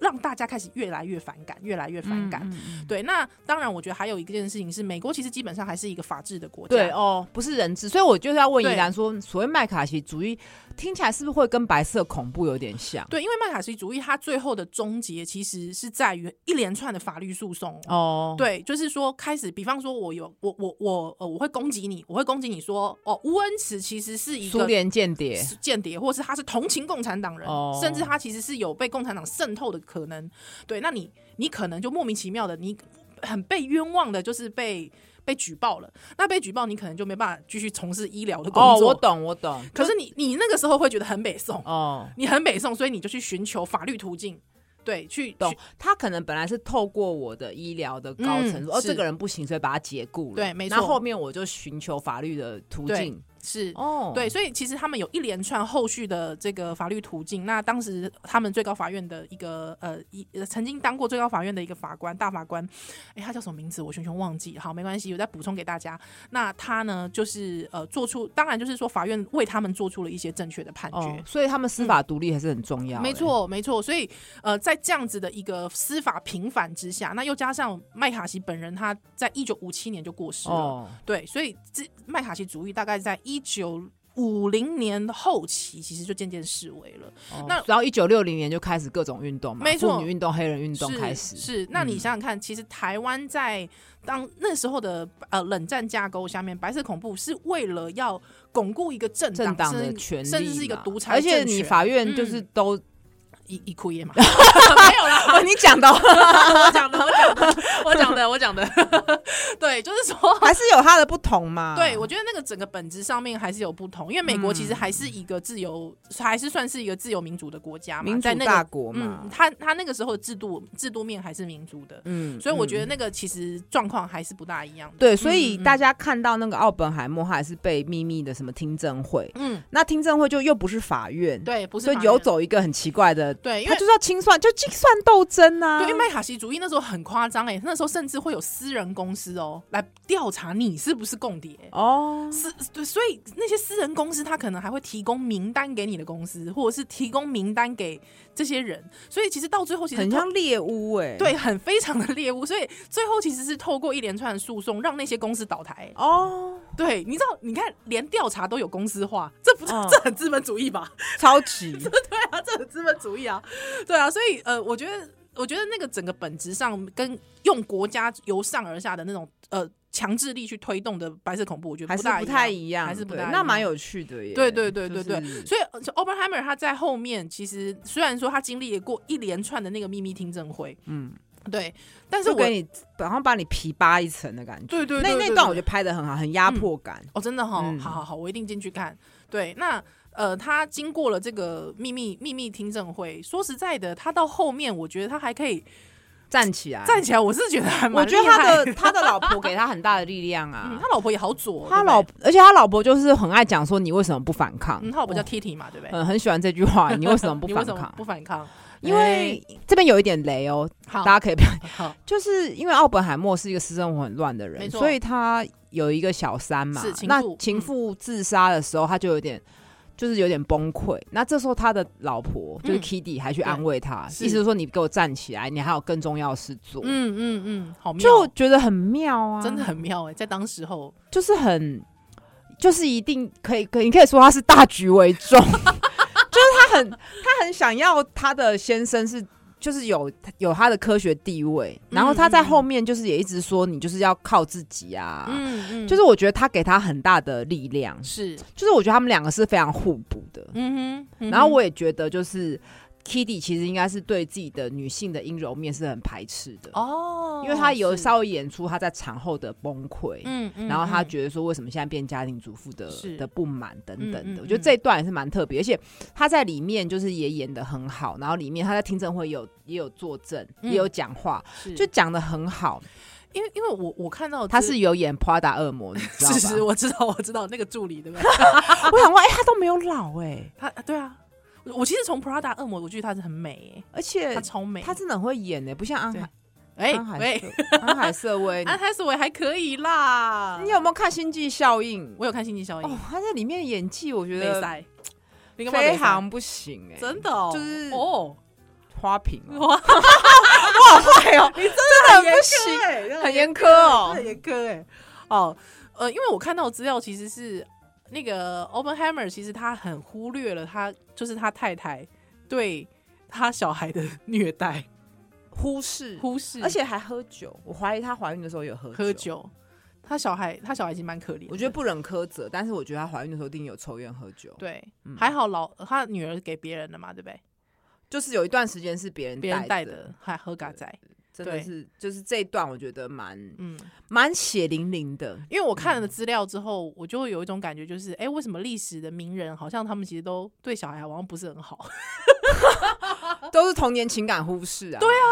[SPEAKER 1] 让大家开始越来越反感，越来越反感。对，那当然，我觉得还有一件事情是，美国其实基本上还是一个法治的国家。
[SPEAKER 2] 对哦，不是人质，所以我就是要问宜
[SPEAKER 1] 对
[SPEAKER 2] 兰说，所谓麦卡锡主义听起来是不是会跟白色恐怖有点像？
[SPEAKER 1] 对，因为麦卡锡主义它最后的终结其实是在于一连串的法律诉讼。
[SPEAKER 2] 哦，
[SPEAKER 1] 对，就是说，开始，比方说，我有我我我呃，我会攻击你，我会攻击你说，哦，乌恩慈其实是一
[SPEAKER 2] 苏
[SPEAKER 1] 个
[SPEAKER 2] 联间谍，
[SPEAKER 1] 是间谍，或是他是同情共产党人，
[SPEAKER 2] 哦
[SPEAKER 1] 甚至他其实是有被共产党渗透的可能。对，那你你可能就莫名其妙的，你很被冤枉的，就是被被举报了。那被举报，你可能就没办法继续从事医疗的工
[SPEAKER 2] 哦，
[SPEAKER 1] 作。
[SPEAKER 2] 我懂，我懂，
[SPEAKER 1] 可是你你那个时候会觉得很北宋，
[SPEAKER 2] 哦。
[SPEAKER 1] 你很北宋，所以你就去寻求法律途径，对，去
[SPEAKER 2] 懂
[SPEAKER 1] 去，
[SPEAKER 2] 他可能本来是透过我的医疗的高层
[SPEAKER 1] 嗯
[SPEAKER 2] 说，哦，
[SPEAKER 1] 是
[SPEAKER 2] 这个人不行，所以把他解雇了。
[SPEAKER 1] 对没
[SPEAKER 2] 那
[SPEAKER 1] 错
[SPEAKER 2] 后面我就寻求法律的途径。
[SPEAKER 1] 是。
[SPEAKER 2] 哦，
[SPEAKER 1] 对，，所以其实他们有一连串后续的这个法律途径。那当时他们最高法院的一个呃一呃曾经当过最高法院的一个法官大法官，哎，他叫什么名字？我熊熊忘记。好，没关系，我再补充给大家。那他呢，就是呃做出，当然就是说法院为他们做出了一些正确的判决。
[SPEAKER 2] 哦，所以他们司法独立还是很重要、
[SPEAKER 1] 嗯
[SPEAKER 2] 欸
[SPEAKER 1] 没，错，没错。所以，呃，在这样子的一个司法平反之下，那又加上麦卡锡本人他在一九五七年就过世了，
[SPEAKER 2] 哦，
[SPEAKER 1] 对，所以这麦卡锡主义大概在一九五零年后期，其实就渐渐式微了。
[SPEAKER 2] 哦
[SPEAKER 1] 那
[SPEAKER 2] 然后一九六零年就开始各种运动嘛，
[SPEAKER 1] 没错
[SPEAKER 2] 妇女运动、黑人运动
[SPEAKER 1] 是
[SPEAKER 2] 开始。嗯
[SPEAKER 1] 是，那你想想看，其实台湾在当那时候的呃冷战架构下面，白色恐怖是为了要巩固一个政党
[SPEAKER 2] 政党的
[SPEAKER 1] 甚
[SPEAKER 2] 权利嘛，
[SPEAKER 1] 甚至是一个独裁
[SPEAKER 2] 而且
[SPEAKER 1] 政
[SPEAKER 2] 你
[SPEAKER 1] 权嗯
[SPEAKER 2] 法院就是都，
[SPEAKER 1] 一一哭也嘛， 没有啦，
[SPEAKER 2] 哦，你讲 的哦
[SPEAKER 1] 我讲的，我讲的，我讲的，我讲的， 对，就是说。
[SPEAKER 2] 还是有它的不同嘛？
[SPEAKER 1] 对，我觉得那个整个本质上面还是有不同，因为美国其实还
[SPEAKER 2] 嗯
[SPEAKER 1] 是一个自由，还是算是一个自由民主的国家嘛，
[SPEAKER 2] 民主
[SPEAKER 1] 在那
[SPEAKER 2] 大
[SPEAKER 1] 个
[SPEAKER 2] 国嘛
[SPEAKER 1] 嗯，，他他那个时候的制度制度面还是民主的，
[SPEAKER 2] 嗯
[SPEAKER 1] 所以我
[SPEAKER 2] 得。
[SPEAKER 1] 觉得那个其实状况还是不大一样的。
[SPEAKER 2] 对，所以
[SPEAKER 1] 嗯嗯
[SPEAKER 2] 大家看到那个奥本海默，他还是被秘密的什么听证会，
[SPEAKER 1] 嗯，
[SPEAKER 2] 那听证会就又不是法院，，
[SPEAKER 1] 对，不是
[SPEAKER 2] 所以
[SPEAKER 1] 法
[SPEAKER 2] 游
[SPEAKER 1] 院
[SPEAKER 2] 走一个很奇怪的，
[SPEAKER 1] 对，因
[SPEAKER 2] 他
[SPEAKER 1] 为
[SPEAKER 2] 就是要清算，就清算斗争啊，
[SPEAKER 1] 对，因为麦卡锡主义那时候很夸张哎，那时候甚至会有私人公司哦来调查你是不是共谍。
[SPEAKER 2] 哦，
[SPEAKER 1] 私对，所以那些私人公司，他可能还会提供名单给你的公司，或者是提供名单给这些人，所以其实到最后，其实
[SPEAKER 2] 很
[SPEAKER 1] 他
[SPEAKER 2] 像猎巫哎、
[SPEAKER 1] 对，很非常的猎物，所以最后其实是透过一连串的诉讼让那些公司倒台。
[SPEAKER 2] 哦，
[SPEAKER 1] 对，你知道，你看连调查都有公司化，这不是、
[SPEAKER 2] 嗯
[SPEAKER 1] 这很资本主义吧？
[SPEAKER 2] 超级
[SPEAKER 1] 对啊，这很资本主义啊，对啊，所以呃，我觉得我觉得那个整个本质上跟用国家由上而下的那种呃强制力去推动的白色恐怖，我觉得
[SPEAKER 2] 还是
[SPEAKER 1] 大
[SPEAKER 2] 不太
[SPEAKER 1] 一样。
[SPEAKER 2] 一样，
[SPEAKER 1] 还是不
[SPEAKER 2] 对
[SPEAKER 1] 大一
[SPEAKER 2] 那蛮
[SPEAKER 1] 样
[SPEAKER 2] 有趣的耶，
[SPEAKER 1] 对对对对对
[SPEAKER 2] 就是
[SPEAKER 1] 所以呃 Oppenheimer 他在后面其实虽然说他经历过一连串的那个秘密听证会，
[SPEAKER 2] 嗯，
[SPEAKER 1] 对，但是
[SPEAKER 2] 就
[SPEAKER 1] 我
[SPEAKER 2] 给你然后把你皮扒一层的感觉，
[SPEAKER 1] 对对对
[SPEAKER 2] 那
[SPEAKER 1] 对
[SPEAKER 2] 那
[SPEAKER 1] 对
[SPEAKER 2] 段我
[SPEAKER 1] 对
[SPEAKER 2] 觉得拍的很好，很压迫感，
[SPEAKER 1] 哦，真的哈、
[SPEAKER 2] 嗯
[SPEAKER 1] 好好好，我一定进去看。对，那呃，他经过了这个秘密秘密听证会，说实在的，他到后面，我觉得他还可以
[SPEAKER 2] 站起来，
[SPEAKER 1] 站起来，我是觉得还蛮
[SPEAKER 2] 我觉得
[SPEAKER 1] 厉害
[SPEAKER 2] 他的他的 老婆给他很大的力量啊，
[SPEAKER 1] 嗯，他老婆也好左，
[SPEAKER 2] 他
[SPEAKER 1] 对不对
[SPEAKER 2] 老，而且他老婆就是很爱讲说你为什么不反抗？
[SPEAKER 1] 嗯，他老婆叫
[SPEAKER 2] 哦
[SPEAKER 1] Kitty 嘛，对不对？
[SPEAKER 2] 嗯，很喜欢这句话，你为什么 不
[SPEAKER 1] 你
[SPEAKER 2] 反
[SPEAKER 1] 为什么
[SPEAKER 2] 抗？
[SPEAKER 1] 不反抗？哎
[SPEAKER 2] 因为这边有一点雷哦，
[SPEAKER 1] 好
[SPEAKER 2] 大，家可以不要，
[SPEAKER 1] 好，
[SPEAKER 2] 就是因为奥本海默是一个私生活很乱的
[SPEAKER 1] 没
[SPEAKER 2] 人，
[SPEAKER 1] 错
[SPEAKER 2] 所以他有一个小三嘛
[SPEAKER 1] 是情，妇
[SPEAKER 2] 那情妇自杀的时候，他就有点。就是有点崩溃，那这时候他的老婆就是
[SPEAKER 1] 嗯
[SPEAKER 2] Kitty 还去安慰他，
[SPEAKER 1] 对
[SPEAKER 2] 意思是说你给我站起来，你还有更重要的事做，
[SPEAKER 1] 嗯嗯嗯，好妙
[SPEAKER 2] 就
[SPEAKER 1] 哦，
[SPEAKER 2] 觉得很妙啊，
[SPEAKER 1] 真的很妙哎、在当时候，
[SPEAKER 2] 就是很，就是一定可以，可以你可以说他是大局为重， 就是他很他很想要他的先生是。就是有有他的科学地位，然后他在后面就是也一直说你就是要靠自己啊，
[SPEAKER 1] 嗯嗯，
[SPEAKER 2] 就是我觉得他给他很大的力量，
[SPEAKER 1] 是，
[SPEAKER 2] 就是我觉得他们两个是非常互补的。
[SPEAKER 1] 嗯哼，嗯哼
[SPEAKER 2] 然后我也觉得就是 Kitty 其实应该是对自己的女性的阴柔面是很排斥的，
[SPEAKER 1] 哦，
[SPEAKER 2] 因为他有
[SPEAKER 1] 是，
[SPEAKER 2] 稍微演出他在产后的崩溃，
[SPEAKER 1] 嗯嗯，
[SPEAKER 2] 然后他
[SPEAKER 1] 嗯
[SPEAKER 2] 觉得说，为什么现在变家庭主妇的
[SPEAKER 1] 是
[SPEAKER 2] 的不满等等的，
[SPEAKER 1] 嗯嗯
[SPEAKER 2] 我觉得
[SPEAKER 1] 嗯
[SPEAKER 2] 这一段也是蛮特别，而且他在里面就是也演的很好，然后里面他在听证会也有也有作证，
[SPEAKER 1] 嗯
[SPEAKER 2] 也有讲话，
[SPEAKER 1] 是
[SPEAKER 2] 就讲的很好。
[SPEAKER 1] 因为因为我我看到
[SPEAKER 2] 他
[SPEAKER 1] 这
[SPEAKER 2] 是有演 Prada 恶魔，你知道吧？
[SPEAKER 1] 是是，我知道我知道那个助理对 吧？
[SPEAKER 2] 我想说，哎、他都没有老哎、
[SPEAKER 1] 他对啊，我我其实从 Prada 恶魔，我觉得她是很美
[SPEAKER 2] 而且
[SPEAKER 1] 欸，她超美，
[SPEAKER 2] 他真的很会演哎、不像安
[SPEAKER 1] 对
[SPEAKER 2] 海
[SPEAKER 1] 哎
[SPEAKER 2] 安海
[SPEAKER 1] 喂，啊
[SPEAKER 2] 瑟安海 瑟薇。
[SPEAKER 1] 安海瑟薇还可以啦，
[SPEAKER 2] 你有没有看《星际效应》？
[SPEAKER 1] 我有看《星际效应
[SPEAKER 2] 哎哦》，，他在里面的演技，我觉
[SPEAKER 1] 没
[SPEAKER 2] 得
[SPEAKER 1] 塞，你干嘛没
[SPEAKER 2] 非
[SPEAKER 1] 塞
[SPEAKER 2] 常不行哎、
[SPEAKER 1] 真的哦，
[SPEAKER 2] 就是
[SPEAKER 1] 哦，
[SPEAKER 2] 花瓶哦、
[SPEAKER 1] 哇，
[SPEAKER 2] 哎呦，你真的很不行，
[SPEAKER 1] 行
[SPEAKER 2] 很严苛哦
[SPEAKER 1] 很。严苛哎，哦，呃，因为我看到资料其实是那个 Openheimer，其实他很忽略了他就是他太太对他小孩的虐待
[SPEAKER 2] 忽视，
[SPEAKER 1] 忽视，
[SPEAKER 2] 而且还喝酒。我怀疑她怀孕的时候有喝
[SPEAKER 1] 喝。酒。他小孩，他小孩其实蛮可怜的。
[SPEAKER 2] 我觉得不忍苛责，但是我觉得她怀孕的时候一定有抽烟喝酒。，
[SPEAKER 1] 对，
[SPEAKER 2] 嗯
[SPEAKER 1] 还好老他女儿给别人的嘛，对不对？
[SPEAKER 2] 就是有一段时间是别人
[SPEAKER 1] 别人带
[SPEAKER 2] 嗯的，
[SPEAKER 1] 的，还喝嘎仔。
[SPEAKER 2] 真的
[SPEAKER 1] 对
[SPEAKER 2] 是就是这一段我觉得蛮
[SPEAKER 1] 嗯，
[SPEAKER 2] 蛮血淋淋的。
[SPEAKER 1] 因为我看
[SPEAKER 2] 嗯
[SPEAKER 1] 了资料之后，我就会有一种感觉，就是哎、诶为什么历史的名人好像他们其实都对小孩好像不是很好， 啊
[SPEAKER 2] 都是童年情感忽视啊。对啊，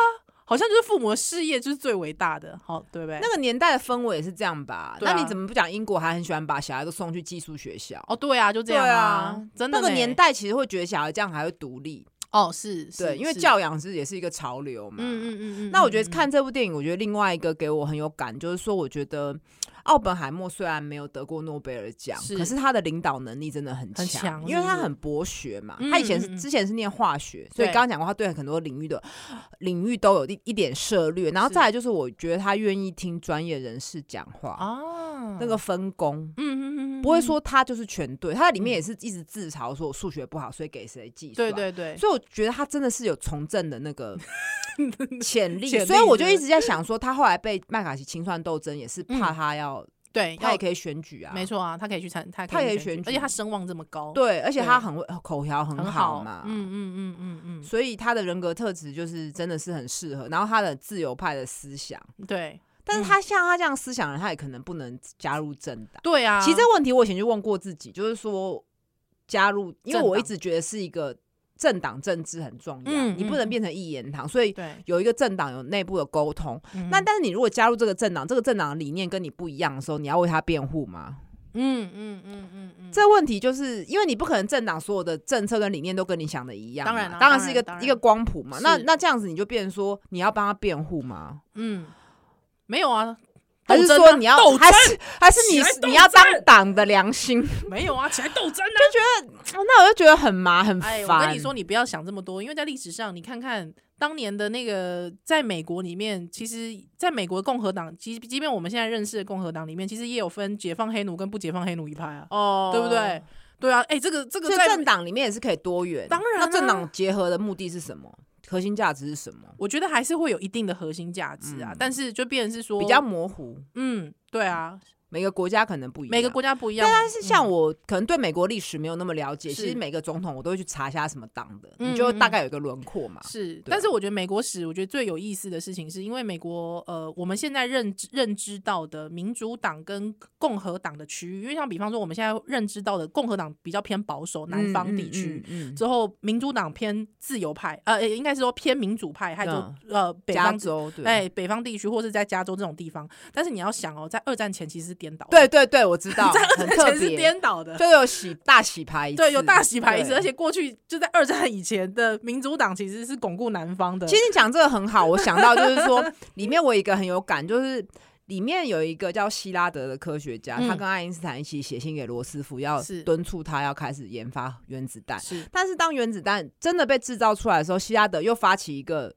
[SPEAKER 1] 好像就是父母的事业就是最伟大的，好对不对？
[SPEAKER 2] 那个年代的氛围也是这样吧？
[SPEAKER 1] 对啊
[SPEAKER 2] 那你怎么不讲英国还很喜欢把小孩都送去寄宿学校？
[SPEAKER 1] 哦，对啊，就这样
[SPEAKER 2] 对啊
[SPEAKER 1] 真的
[SPEAKER 2] 那个
[SPEAKER 1] 呢
[SPEAKER 2] 年代其实会觉得小孩这样还会独立，
[SPEAKER 1] 哦是，是
[SPEAKER 2] 对，因为
[SPEAKER 1] 是
[SPEAKER 2] 教养是也是一个潮流嘛。
[SPEAKER 1] 嗯嗯嗯嗯，
[SPEAKER 2] 那我觉
[SPEAKER 1] 嗯
[SPEAKER 2] 得看这部电影，我觉得另外一个给我很有感，就是说，我觉得奥本海默虽然没有得过诺贝尔奖，
[SPEAKER 1] 是
[SPEAKER 2] 可是他的领导能力真的很
[SPEAKER 1] 很强
[SPEAKER 2] 因为他
[SPEAKER 1] 是不是
[SPEAKER 2] 很博学嘛。
[SPEAKER 1] 嗯
[SPEAKER 2] 他以前是
[SPEAKER 1] 嗯嗯
[SPEAKER 2] 之前是念化学，所以
[SPEAKER 1] 对
[SPEAKER 2] 刚刚讲过，他对很多领域的领域都有一一点涉略。然后
[SPEAKER 1] 是
[SPEAKER 2] 再来就是，我觉得他愿意听专业人士讲话，
[SPEAKER 1] 啊
[SPEAKER 2] 那个分工。
[SPEAKER 1] 嗯嗯嗯嗯，
[SPEAKER 2] 不会
[SPEAKER 1] 嗯
[SPEAKER 2] 说他就是全对，他在里面
[SPEAKER 1] 嗯
[SPEAKER 2] 也是一直自嘲说我数学不好，所以给谁计算。
[SPEAKER 1] 对对对，
[SPEAKER 2] 啊所以我觉得他真的是有从政的那 个潜力
[SPEAKER 1] 潜，力
[SPEAKER 2] 所以我就
[SPEAKER 1] 对
[SPEAKER 2] 一直在想说，他后来被麦卡锡清算斗争，也是怕他要，
[SPEAKER 1] 对，
[SPEAKER 2] 他
[SPEAKER 1] 要
[SPEAKER 2] 也可以选举啊，
[SPEAKER 1] 嗯没错啊，他可以去参，他
[SPEAKER 2] 他可以
[SPEAKER 1] 去选
[SPEAKER 2] 选
[SPEAKER 1] 举，而且
[SPEAKER 2] 举
[SPEAKER 1] 他声望这么高，，
[SPEAKER 2] 对，而且
[SPEAKER 1] 对
[SPEAKER 2] 他很会口条很
[SPEAKER 1] 很
[SPEAKER 2] 好嘛，
[SPEAKER 1] 嗯嗯嗯嗯
[SPEAKER 2] 所以他的人格特质就是真的是很适合，然后他的自由派的思想，
[SPEAKER 1] 嗯，对
[SPEAKER 2] 但是他像他这样思想的人，他也可能不能加入政党。
[SPEAKER 1] 对啊，
[SPEAKER 2] 其实这个问题我以前就问过自己，就是说加入，因为
[SPEAKER 1] 政
[SPEAKER 2] 我一
[SPEAKER 1] 党
[SPEAKER 2] 直觉得是一个政党政治很重要，
[SPEAKER 1] 嗯
[SPEAKER 2] 你
[SPEAKER 1] 嗯
[SPEAKER 2] 不能
[SPEAKER 1] 嗯
[SPEAKER 2] 变成一言堂，所以
[SPEAKER 1] 对，啊
[SPEAKER 2] 有一个政党有内部的沟通，那
[SPEAKER 1] 嗯
[SPEAKER 2] 但是你如果加入这个政党，这个政党的理念跟你不一样的时候，你要为他辩护吗？
[SPEAKER 1] 嗯嗯嗯嗯嗯，
[SPEAKER 2] 这问题就是因为你不可能政党所有的政策跟理念都跟你想的一样嘛，
[SPEAKER 1] 当然啦
[SPEAKER 2] 当然是一个
[SPEAKER 1] 当然当然
[SPEAKER 2] 一个光谱嘛。
[SPEAKER 1] 是
[SPEAKER 2] 那那这样子你就变成说你要帮他辩护吗？
[SPEAKER 1] 嗯没有啊，
[SPEAKER 2] 还是
[SPEAKER 1] 斗争啊
[SPEAKER 2] 说你要
[SPEAKER 1] 斗
[SPEAKER 2] 还是还是
[SPEAKER 1] 起来斗
[SPEAKER 2] 你
[SPEAKER 1] 争
[SPEAKER 2] 你要当党的良心？ 哦
[SPEAKER 1] 没有啊，起来斗争啊！
[SPEAKER 2] 那我就觉得很麻很
[SPEAKER 1] 哎，
[SPEAKER 2] 烦。
[SPEAKER 1] 我跟你说，，你不要想这么多，因为在历史上，你看看当年的那个，在美国里面，其实在美国共和党，即即便我们现在认识的共和党里面，其实也有分解放黑奴跟不解放黑奴一派啊，
[SPEAKER 2] 哦
[SPEAKER 1] 对不对？？对啊，哎，这个这个
[SPEAKER 2] 所以
[SPEAKER 1] 在
[SPEAKER 2] 政党里面也是可以多元，
[SPEAKER 1] 当然啊
[SPEAKER 2] 那政党结合的目的是什么？核心价值是什么？
[SPEAKER 1] 我觉得还是会有一定的核心价值啊，
[SPEAKER 2] 嗯
[SPEAKER 1] 但是就变成是说
[SPEAKER 2] 比较模糊，
[SPEAKER 1] 嗯，对啊，
[SPEAKER 2] 每个国家可能不一样。
[SPEAKER 1] 每个国家不一样，嗯
[SPEAKER 2] 但是像我可能对美国历史没有那么了解，
[SPEAKER 1] 是
[SPEAKER 2] 其实每个总统我都会去查一下什么党的，
[SPEAKER 1] 嗯
[SPEAKER 2] 你就大概有一个轮廓嘛。
[SPEAKER 1] 是，
[SPEAKER 2] 对
[SPEAKER 1] 但是我觉得美国史，我觉得最有意思的事情，是因为美国呃，我们现在认知认知到的民主党跟共和党的区域，因为像比方说我们现在认知到的共和党比较偏保守南方地区。
[SPEAKER 2] 嗯，嗯嗯
[SPEAKER 1] 之后，民主党偏自由派，呃，呃应该是说偏民主派，还有、
[SPEAKER 2] 嗯
[SPEAKER 1] 呃北
[SPEAKER 2] 加
[SPEAKER 1] 方
[SPEAKER 2] 州对，
[SPEAKER 1] 哎，北方地区或是在加州这种地方。但是你要想哦，在二战前其实是颠倒的，
[SPEAKER 2] 对对对，我知 道，
[SPEAKER 1] 在二
[SPEAKER 2] 很
[SPEAKER 1] 战
[SPEAKER 2] 特
[SPEAKER 1] 前是
[SPEAKER 2] 别，
[SPEAKER 1] 颠倒的，
[SPEAKER 2] 就有洗大洗牌一次，
[SPEAKER 1] 对，有大洗牌一次，
[SPEAKER 2] 对
[SPEAKER 1] 而且过去就在二战以前的民主党其实是巩固南方的，
[SPEAKER 2] 其实你讲这个很好，我想到就是 说，里面我有一个很有感，就是里面有一个叫希拉德的科学家，
[SPEAKER 1] 嗯
[SPEAKER 2] 他跟爱因斯坦一起写信给罗斯福，要
[SPEAKER 1] 是
[SPEAKER 2] 敦促他要开始研发原子弹。
[SPEAKER 1] 是
[SPEAKER 2] 但是当原子弹真的被制造出来的时候，希拉德又发起一个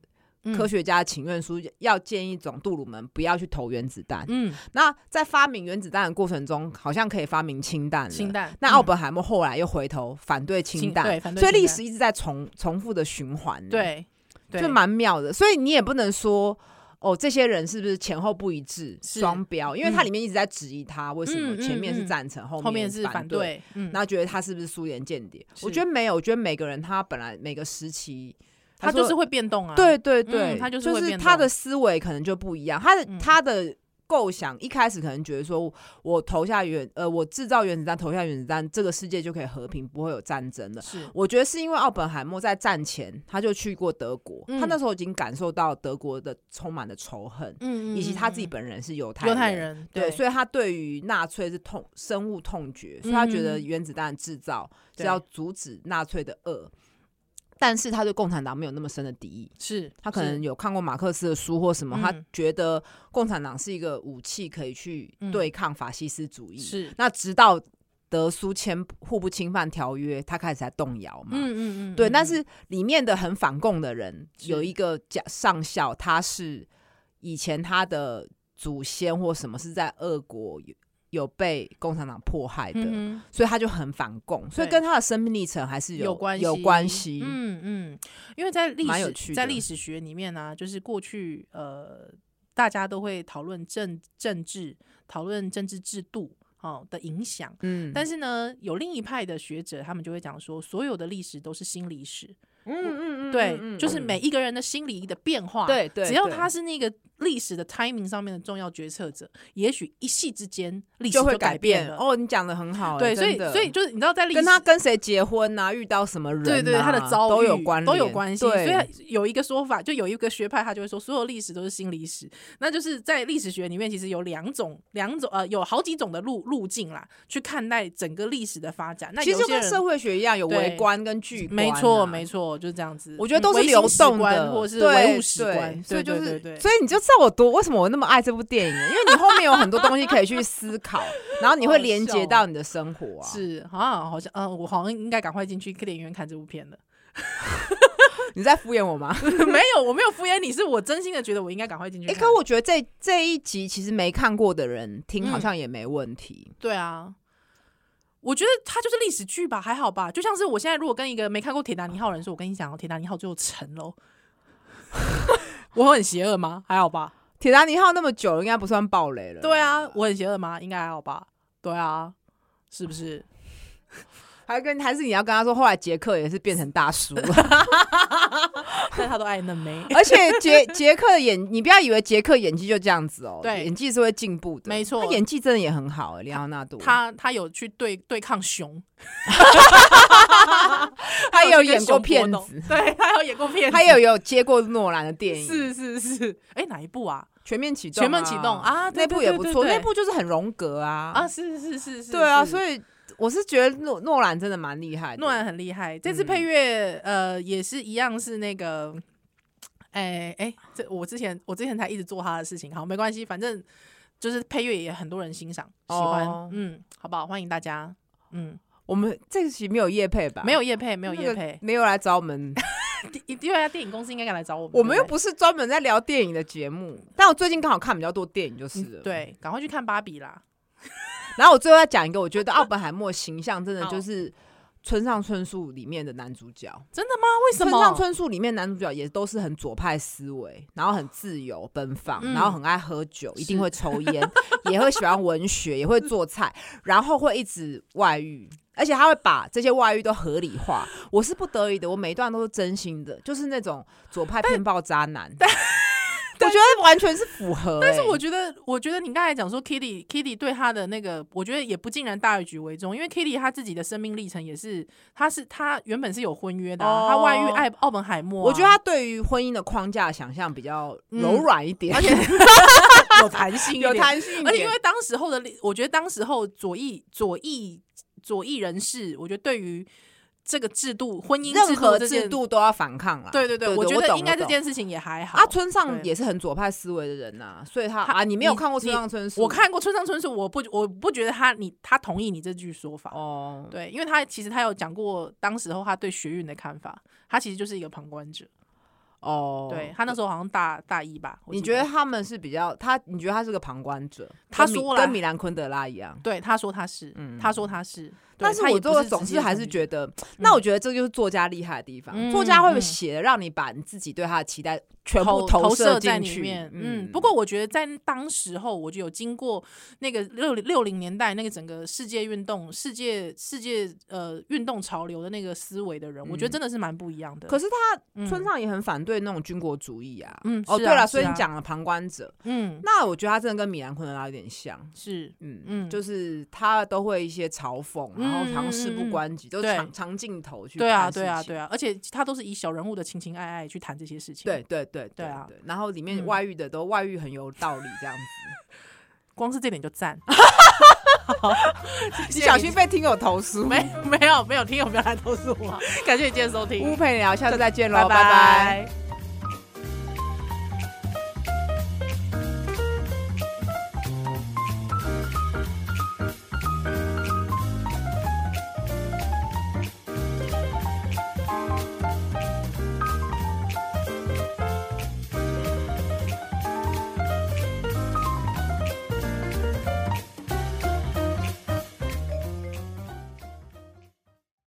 [SPEAKER 2] 科
[SPEAKER 1] 学，
[SPEAKER 2] 学家的请愿书，要建议总杜鲁门不要去投原子弹。
[SPEAKER 1] 嗯，
[SPEAKER 2] 那在发明原子弹的过程中，好像可以发明氢弹了。
[SPEAKER 1] 氢弹，
[SPEAKER 2] 那奥
[SPEAKER 1] 嗯
[SPEAKER 2] 本海默后来又回头反对氢
[SPEAKER 1] 氢
[SPEAKER 2] 弹，
[SPEAKER 1] 对反对
[SPEAKER 2] 所以
[SPEAKER 1] 氢
[SPEAKER 2] 历
[SPEAKER 1] 弹
[SPEAKER 2] 史一直在重重复的循环呢。
[SPEAKER 1] 对，对
[SPEAKER 2] 就蛮妙的。所以你也不能说哦，这些人是不是前后不一致、
[SPEAKER 1] 是
[SPEAKER 2] 双标？因为它
[SPEAKER 1] 嗯
[SPEAKER 2] 里面一直在质疑他为什么
[SPEAKER 1] 嗯嗯
[SPEAKER 2] 前面是
[SPEAKER 1] 嗯
[SPEAKER 2] 赞成，
[SPEAKER 1] 后
[SPEAKER 2] 面
[SPEAKER 1] 面是
[SPEAKER 2] 反
[SPEAKER 1] 反。对，嗯，
[SPEAKER 2] 然后觉得他是不是苏联间谍？我
[SPEAKER 1] 是
[SPEAKER 2] 觉得没有，我觉得每个人他本来每个时期，
[SPEAKER 1] 他
[SPEAKER 2] 说
[SPEAKER 1] 就是会变动啊，
[SPEAKER 2] 对对对，
[SPEAKER 1] 嗯他
[SPEAKER 2] 就
[SPEAKER 1] 就是会变
[SPEAKER 2] 他的
[SPEAKER 1] 动
[SPEAKER 2] 思维可能就不一样，他的、
[SPEAKER 1] 嗯
[SPEAKER 2] 他的构想一开始可能觉得说，我投下原呃，我制造原子弹，投下原子弹，这个世界就可以和平，不会有战争了。
[SPEAKER 1] 是，
[SPEAKER 2] 我觉得是因为奥本海默在战前他就去过德国，
[SPEAKER 1] 嗯
[SPEAKER 2] 他那时候已经感受到德国的充满了仇恨，
[SPEAKER 1] 嗯
[SPEAKER 2] 以及他自己
[SPEAKER 1] 嗯
[SPEAKER 2] 本人是犹太
[SPEAKER 1] 犹太。人，
[SPEAKER 2] 对，
[SPEAKER 1] 以
[SPEAKER 2] 所以他对于纳粹是痛深恶痛绝，所以他觉得
[SPEAKER 1] 嗯
[SPEAKER 2] 原子弹制造是
[SPEAKER 1] 对
[SPEAKER 2] 要阻止纳粹的恶，但是他对共产党没有那么深的敌意。
[SPEAKER 1] 是
[SPEAKER 2] 他可能
[SPEAKER 1] 是
[SPEAKER 2] 有看过马克思的书或什么，
[SPEAKER 1] 嗯
[SPEAKER 2] 他觉得共产党是一个武器，可以去对抗法西斯主义。
[SPEAKER 1] 嗯是，
[SPEAKER 2] 那直到德苏签互不侵犯条约，他开始才动摇嘛。
[SPEAKER 1] 嗯嗯嗯，
[SPEAKER 2] 对，
[SPEAKER 1] 嗯
[SPEAKER 2] 但
[SPEAKER 1] 嗯
[SPEAKER 2] 是里面的很反共的人
[SPEAKER 1] 是
[SPEAKER 2] 有一个假上校，他是以前他的祖先或什么是在俄国有有被共产党迫害的，
[SPEAKER 1] 嗯哼
[SPEAKER 2] 所以他就很反共，所以
[SPEAKER 1] 对
[SPEAKER 2] 跟他的生命历程还是有
[SPEAKER 1] 关系
[SPEAKER 2] 有关系。
[SPEAKER 1] 嗯嗯，因为在历
[SPEAKER 2] 蛮有
[SPEAKER 1] 史
[SPEAKER 2] 趣
[SPEAKER 1] 在
[SPEAKER 2] 的
[SPEAKER 1] 历史学里面呢、啊就是过去呃，大家都会讨论政政治，讨论政治制度哦的影响。
[SPEAKER 2] 嗯
[SPEAKER 1] 但是呢，有另一派的学者，他们就会讲说，所有的历史都是心理史，
[SPEAKER 2] 嗯
[SPEAKER 1] 对，
[SPEAKER 2] 嗯
[SPEAKER 1] 就是
[SPEAKER 2] 嗯
[SPEAKER 1] 每一个人的心理的变化，
[SPEAKER 2] 对对
[SPEAKER 1] 只要
[SPEAKER 2] 对
[SPEAKER 1] 他是那个历史的 timing 上面的重要决策者，也许一夕之间历史
[SPEAKER 2] 就会
[SPEAKER 1] 改
[SPEAKER 2] 改
[SPEAKER 1] 变
[SPEAKER 2] 变
[SPEAKER 1] 了。
[SPEAKER 2] 哦，你讲的很好、
[SPEAKER 1] 对，
[SPEAKER 2] 欸，
[SPEAKER 1] 所以
[SPEAKER 2] 真的
[SPEAKER 1] 所以就是你知道，在历史
[SPEAKER 2] 跟他跟谁结婚呐、遇到什么人、啊，
[SPEAKER 1] 对对，他的遭遇
[SPEAKER 2] 都有关联
[SPEAKER 1] 都有关系。所
[SPEAKER 2] 对
[SPEAKER 1] 以有一个说法，就有一个学派，他就会说，所有历史都是心理史。那就是在历史学里面，其实有两种、两种呃，有好几种的路路径啦，去看待整个历史的发展。那
[SPEAKER 2] 其
[SPEAKER 1] 有
[SPEAKER 2] 实就
[SPEAKER 1] 些
[SPEAKER 2] 跟
[SPEAKER 1] 人
[SPEAKER 2] 社会学一样，有
[SPEAKER 1] 对
[SPEAKER 2] 微观跟巨观、啊
[SPEAKER 1] 没错，没。错，就是这样子。
[SPEAKER 2] 我觉得都
[SPEAKER 1] 嗯
[SPEAKER 2] 是
[SPEAKER 1] 唯
[SPEAKER 2] 流
[SPEAKER 1] 心史
[SPEAKER 2] 动
[SPEAKER 1] 观
[SPEAKER 2] 的，
[SPEAKER 1] 或是
[SPEAKER 2] 对
[SPEAKER 1] 唯物史
[SPEAKER 2] 对
[SPEAKER 1] 观，
[SPEAKER 2] 所以就
[SPEAKER 1] 对
[SPEAKER 2] 是
[SPEAKER 1] 对，对
[SPEAKER 2] 所以你就知道我多为什么我那么爱这部电影，因为你后面有很多东西可以去思考，然后你会连接到你的生活啊。
[SPEAKER 1] 是啊，好像嗯、我好像应该赶快进去电影院看这部 片了。
[SPEAKER 2] 你在敷衍我 吗？
[SPEAKER 1] 没有，我没有敷衍你，是我真心的觉得我应该赶快进去
[SPEAKER 2] 哎、
[SPEAKER 1] 看。
[SPEAKER 2] 可我觉得这这一集其实没看过的人听
[SPEAKER 1] 嗯
[SPEAKER 2] 好像也没问题。
[SPEAKER 1] 对啊，我觉得它就是历史剧吧，还好吧。就像是我现在如果跟一个没看过《铁达尼号》的人说，我跟你讲哦，《铁达尼号》最后沉喽， 我很邪恶吗？还好吧。
[SPEAKER 2] 铁达尼号那么久了，应该不算暴雷了。
[SPEAKER 1] 对啊，我很邪恶吗？应该还好吧。对啊，是不是？
[SPEAKER 2] 还跟还是你要跟他说，后来杰克也是变成大叔了，
[SPEAKER 1] 但他都爱嫩妹，
[SPEAKER 2] 而且杰杰克的演，你不要以为杰克演技就这样子哦，
[SPEAKER 1] 对
[SPEAKER 2] 演技是会进步的，
[SPEAKER 1] 没错
[SPEAKER 2] 他演技真的也很好、欸里奥纳多，
[SPEAKER 1] 他他有去对对抗熊，
[SPEAKER 2] 他也有
[SPEAKER 1] 去跟
[SPEAKER 2] 演过
[SPEAKER 1] 熊搏
[SPEAKER 2] 骗
[SPEAKER 1] 斗
[SPEAKER 2] 子，，
[SPEAKER 1] 对他有演过骗子，
[SPEAKER 2] 他也有有接过诺兰的电影，
[SPEAKER 1] 是是是，哎哪一部啊？
[SPEAKER 2] 全面启动、
[SPEAKER 1] 全面启动，啊，对
[SPEAKER 2] 那部也
[SPEAKER 1] 对
[SPEAKER 2] 不
[SPEAKER 1] 对
[SPEAKER 2] 错，
[SPEAKER 1] 对对
[SPEAKER 2] 那部就是很荣格啊，
[SPEAKER 1] 啊是是是是，
[SPEAKER 2] 对啊，
[SPEAKER 1] 是
[SPEAKER 2] 所以我是觉得诺诺兰真的蛮厉害的，
[SPEAKER 1] 诺兰很厉害，这次
[SPEAKER 2] 嗯
[SPEAKER 1] 配乐、呃也是一样是那个，哎、哎、这我之前我之前才一直做他的事情，好没关系，反正就是配乐也很多人欣赏喜欢，
[SPEAKER 2] 哦
[SPEAKER 1] 嗯，好不好？欢迎大家，嗯，
[SPEAKER 2] 我们这期没有叶配吧？
[SPEAKER 1] 没有叶配，没有
[SPEAKER 2] 那
[SPEAKER 1] 叶
[SPEAKER 2] 个
[SPEAKER 1] 配，
[SPEAKER 2] 没有来找我 们。
[SPEAKER 1] 一定要电影公司应该来找我们，
[SPEAKER 2] 我们
[SPEAKER 1] 对
[SPEAKER 2] 又
[SPEAKER 1] 对
[SPEAKER 2] 不是专门在聊电影的节目，但我最近刚好看比较多电影就是了。，
[SPEAKER 1] 嗯对，赶快去看芭比啦，
[SPEAKER 2] 然后我最后要讲一个，我觉得奥本海默形象真的
[SPEAKER 1] 好
[SPEAKER 2] 就是《村上春树》里面的男主角，《
[SPEAKER 1] 真的吗？为什
[SPEAKER 2] 村上
[SPEAKER 1] 么？
[SPEAKER 2] 春树》里面男主角也都是很左派思维，然后很自由奔放，
[SPEAKER 1] 嗯
[SPEAKER 2] 然后很爱喝酒，一定
[SPEAKER 1] 是
[SPEAKER 2] 会抽烟， 也会喜欢文学，也会做菜，然后会一直外遇。而且他会把这些外遇都合理化，我是不得已的，我每一段都是真心的，就是那种左派骗炮渣男。
[SPEAKER 1] 但
[SPEAKER 2] 我觉得完全是符合、欸
[SPEAKER 1] 但是我觉得，我觉得你刚才讲说 Kitty Kitty 对他的那个，我觉得也不尽然大于局为重，因为 Kitty 他自己的生命历程也是，他是他原本是有婚约的、啊，
[SPEAKER 2] 哦
[SPEAKER 1] 他外遇爱奥本海默啊、
[SPEAKER 2] 我觉得他对于婚姻的框架想象比较柔软一
[SPEAKER 1] 嗯
[SPEAKER 2] 点，
[SPEAKER 1] 而 且有弹性一点，
[SPEAKER 2] 有弹性一点，
[SPEAKER 1] 而且因为当时候的立，我觉得当时候左翼左翼左翼人士，我觉得对于这个制度婚姻
[SPEAKER 2] 任何
[SPEAKER 1] 这件
[SPEAKER 2] 制，度都要反抗啊啦。
[SPEAKER 1] 对对对，
[SPEAKER 2] 对，
[SPEAKER 1] 我觉得
[SPEAKER 2] 懂
[SPEAKER 1] 应该这。
[SPEAKER 2] 我懂
[SPEAKER 1] 件事情也还好。
[SPEAKER 2] 啊，村上
[SPEAKER 1] 对
[SPEAKER 2] 也是很左派思维的人呐、所以他
[SPEAKER 1] 他
[SPEAKER 2] 啊，你没有
[SPEAKER 1] 你
[SPEAKER 2] 看过村
[SPEAKER 1] 你
[SPEAKER 2] 上春树？
[SPEAKER 1] 我看过村上春树，我不我不觉得他你他同意你这句说法。
[SPEAKER 2] 哦，
[SPEAKER 1] 对，因为他其实他有讲过当时候他对学运的看法，他其实就是一个旁观者。
[SPEAKER 2] 哦，
[SPEAKER 1] 对，他那时候好像大大一吧？我
[SPEAKER 2] 你
[SPEAKER 1] 记
[SPEAKER 2] 觉得他们是比较他？你觉得他是个旁观者？
[SPEAKER 1] 他
[SPEAKER 2] 跟米
[SPEAKER 1] 说了
[SPEAKER 2] 跟米兰昆德拉一样。
[SPEAKER 1] 对，他说他是，
[SPEAKER 2] 嗯
[SPEAKER 1] 他说他是，
[SPEAKER 2] 但是我
[SPEAKER 1] 做
[SPEAKER 2] 做总是还是觉得，
[SPEAKER 1] 嗯
[SPEAKER 2] 那我觉得这就是作家厉害的地方。
[SPEAKER 1] 嗯
[SPEAKER 2] 作家会
[SPEAKER 1] 嗯
[SPEAKER 2] 写，让你把你自己对他的期待全部
[SPEAKER 1] 投投
[SPEAKER 2] 射
[SPEAKER 1] 在
[SPEAKER 2] 进
[SPEAKER 1] 里
[SPEAKER 2] 去
[SPEAKER 1] 面。嗯，不过我觉得在当时候，我就有经过那个六六零年代那个整个世界运动、世界世界呃运动潮流的那个思维的人，我觉得
[SPEAKER 2] 嗯
[SPEAKER 1] 真的是蛮不一样的。
[SPEAKER 2] 可是他
[SPEAKER 1] 嗯
[SPEAKER 2] 村上也很反对那种军国主义啊。
[SPEAKER 1] 嗯
[SPEAKER 2] 哦，
[SPEAKER 1] 是
[SPEAKER 2] 对
[SPEAKER 1] 啊
[SPEAKER 2] 了，所以
[SPEAKER 1] 是
[SPEAKER 2] 你
[SPEAKER 1] 啊
[SPEAKER 2] 讲了旁观者，
[SPEAKER 1] 嗯
[SPEAKER 2] 那我觉得他真的跟米兰昆德拉有点像。
[SPEAKER 1] 是
[SPEAKER 2] 嗯
[SPEAKER 1] 嗯
[SPEAKER 2] 嗯，就是他都会一些嘲讽，然后常事不关己，都
[SPEAKER 1] 对
[SPEAKER 2] 长长镜头去
[SPEAKER 1] 对啊
[SPEAKER 2] 看
[SPEAKER 1] 对啊
[SPEAKER 2] 事情
[SPEAKER 1] 对啊，而且他都是以小人物的情情爱爱去谈这些事情。
[SPEAKER 2] 对，对对
[SPEAKER 1] 对啊
[SPEAKER 2] 对，然后里面
[SPEAKER 1] 嗯
[SPEAKER 2] 外遇的都外遇很有道理，这样子。
[SPEAKER 1] 光是这点就赞。
[SPEAKER 2] 你小心被听友投诉。
[SPEAKER 1] 没 没有没有听友不要来投诉我，感谢你今天的收听，
[SPEAKER 2] 乌佩聊，下次再见
[SPEAKER 1] 拜
[SPEAKER 2] 喽，拜拜。
[SPEAKER 1] 拜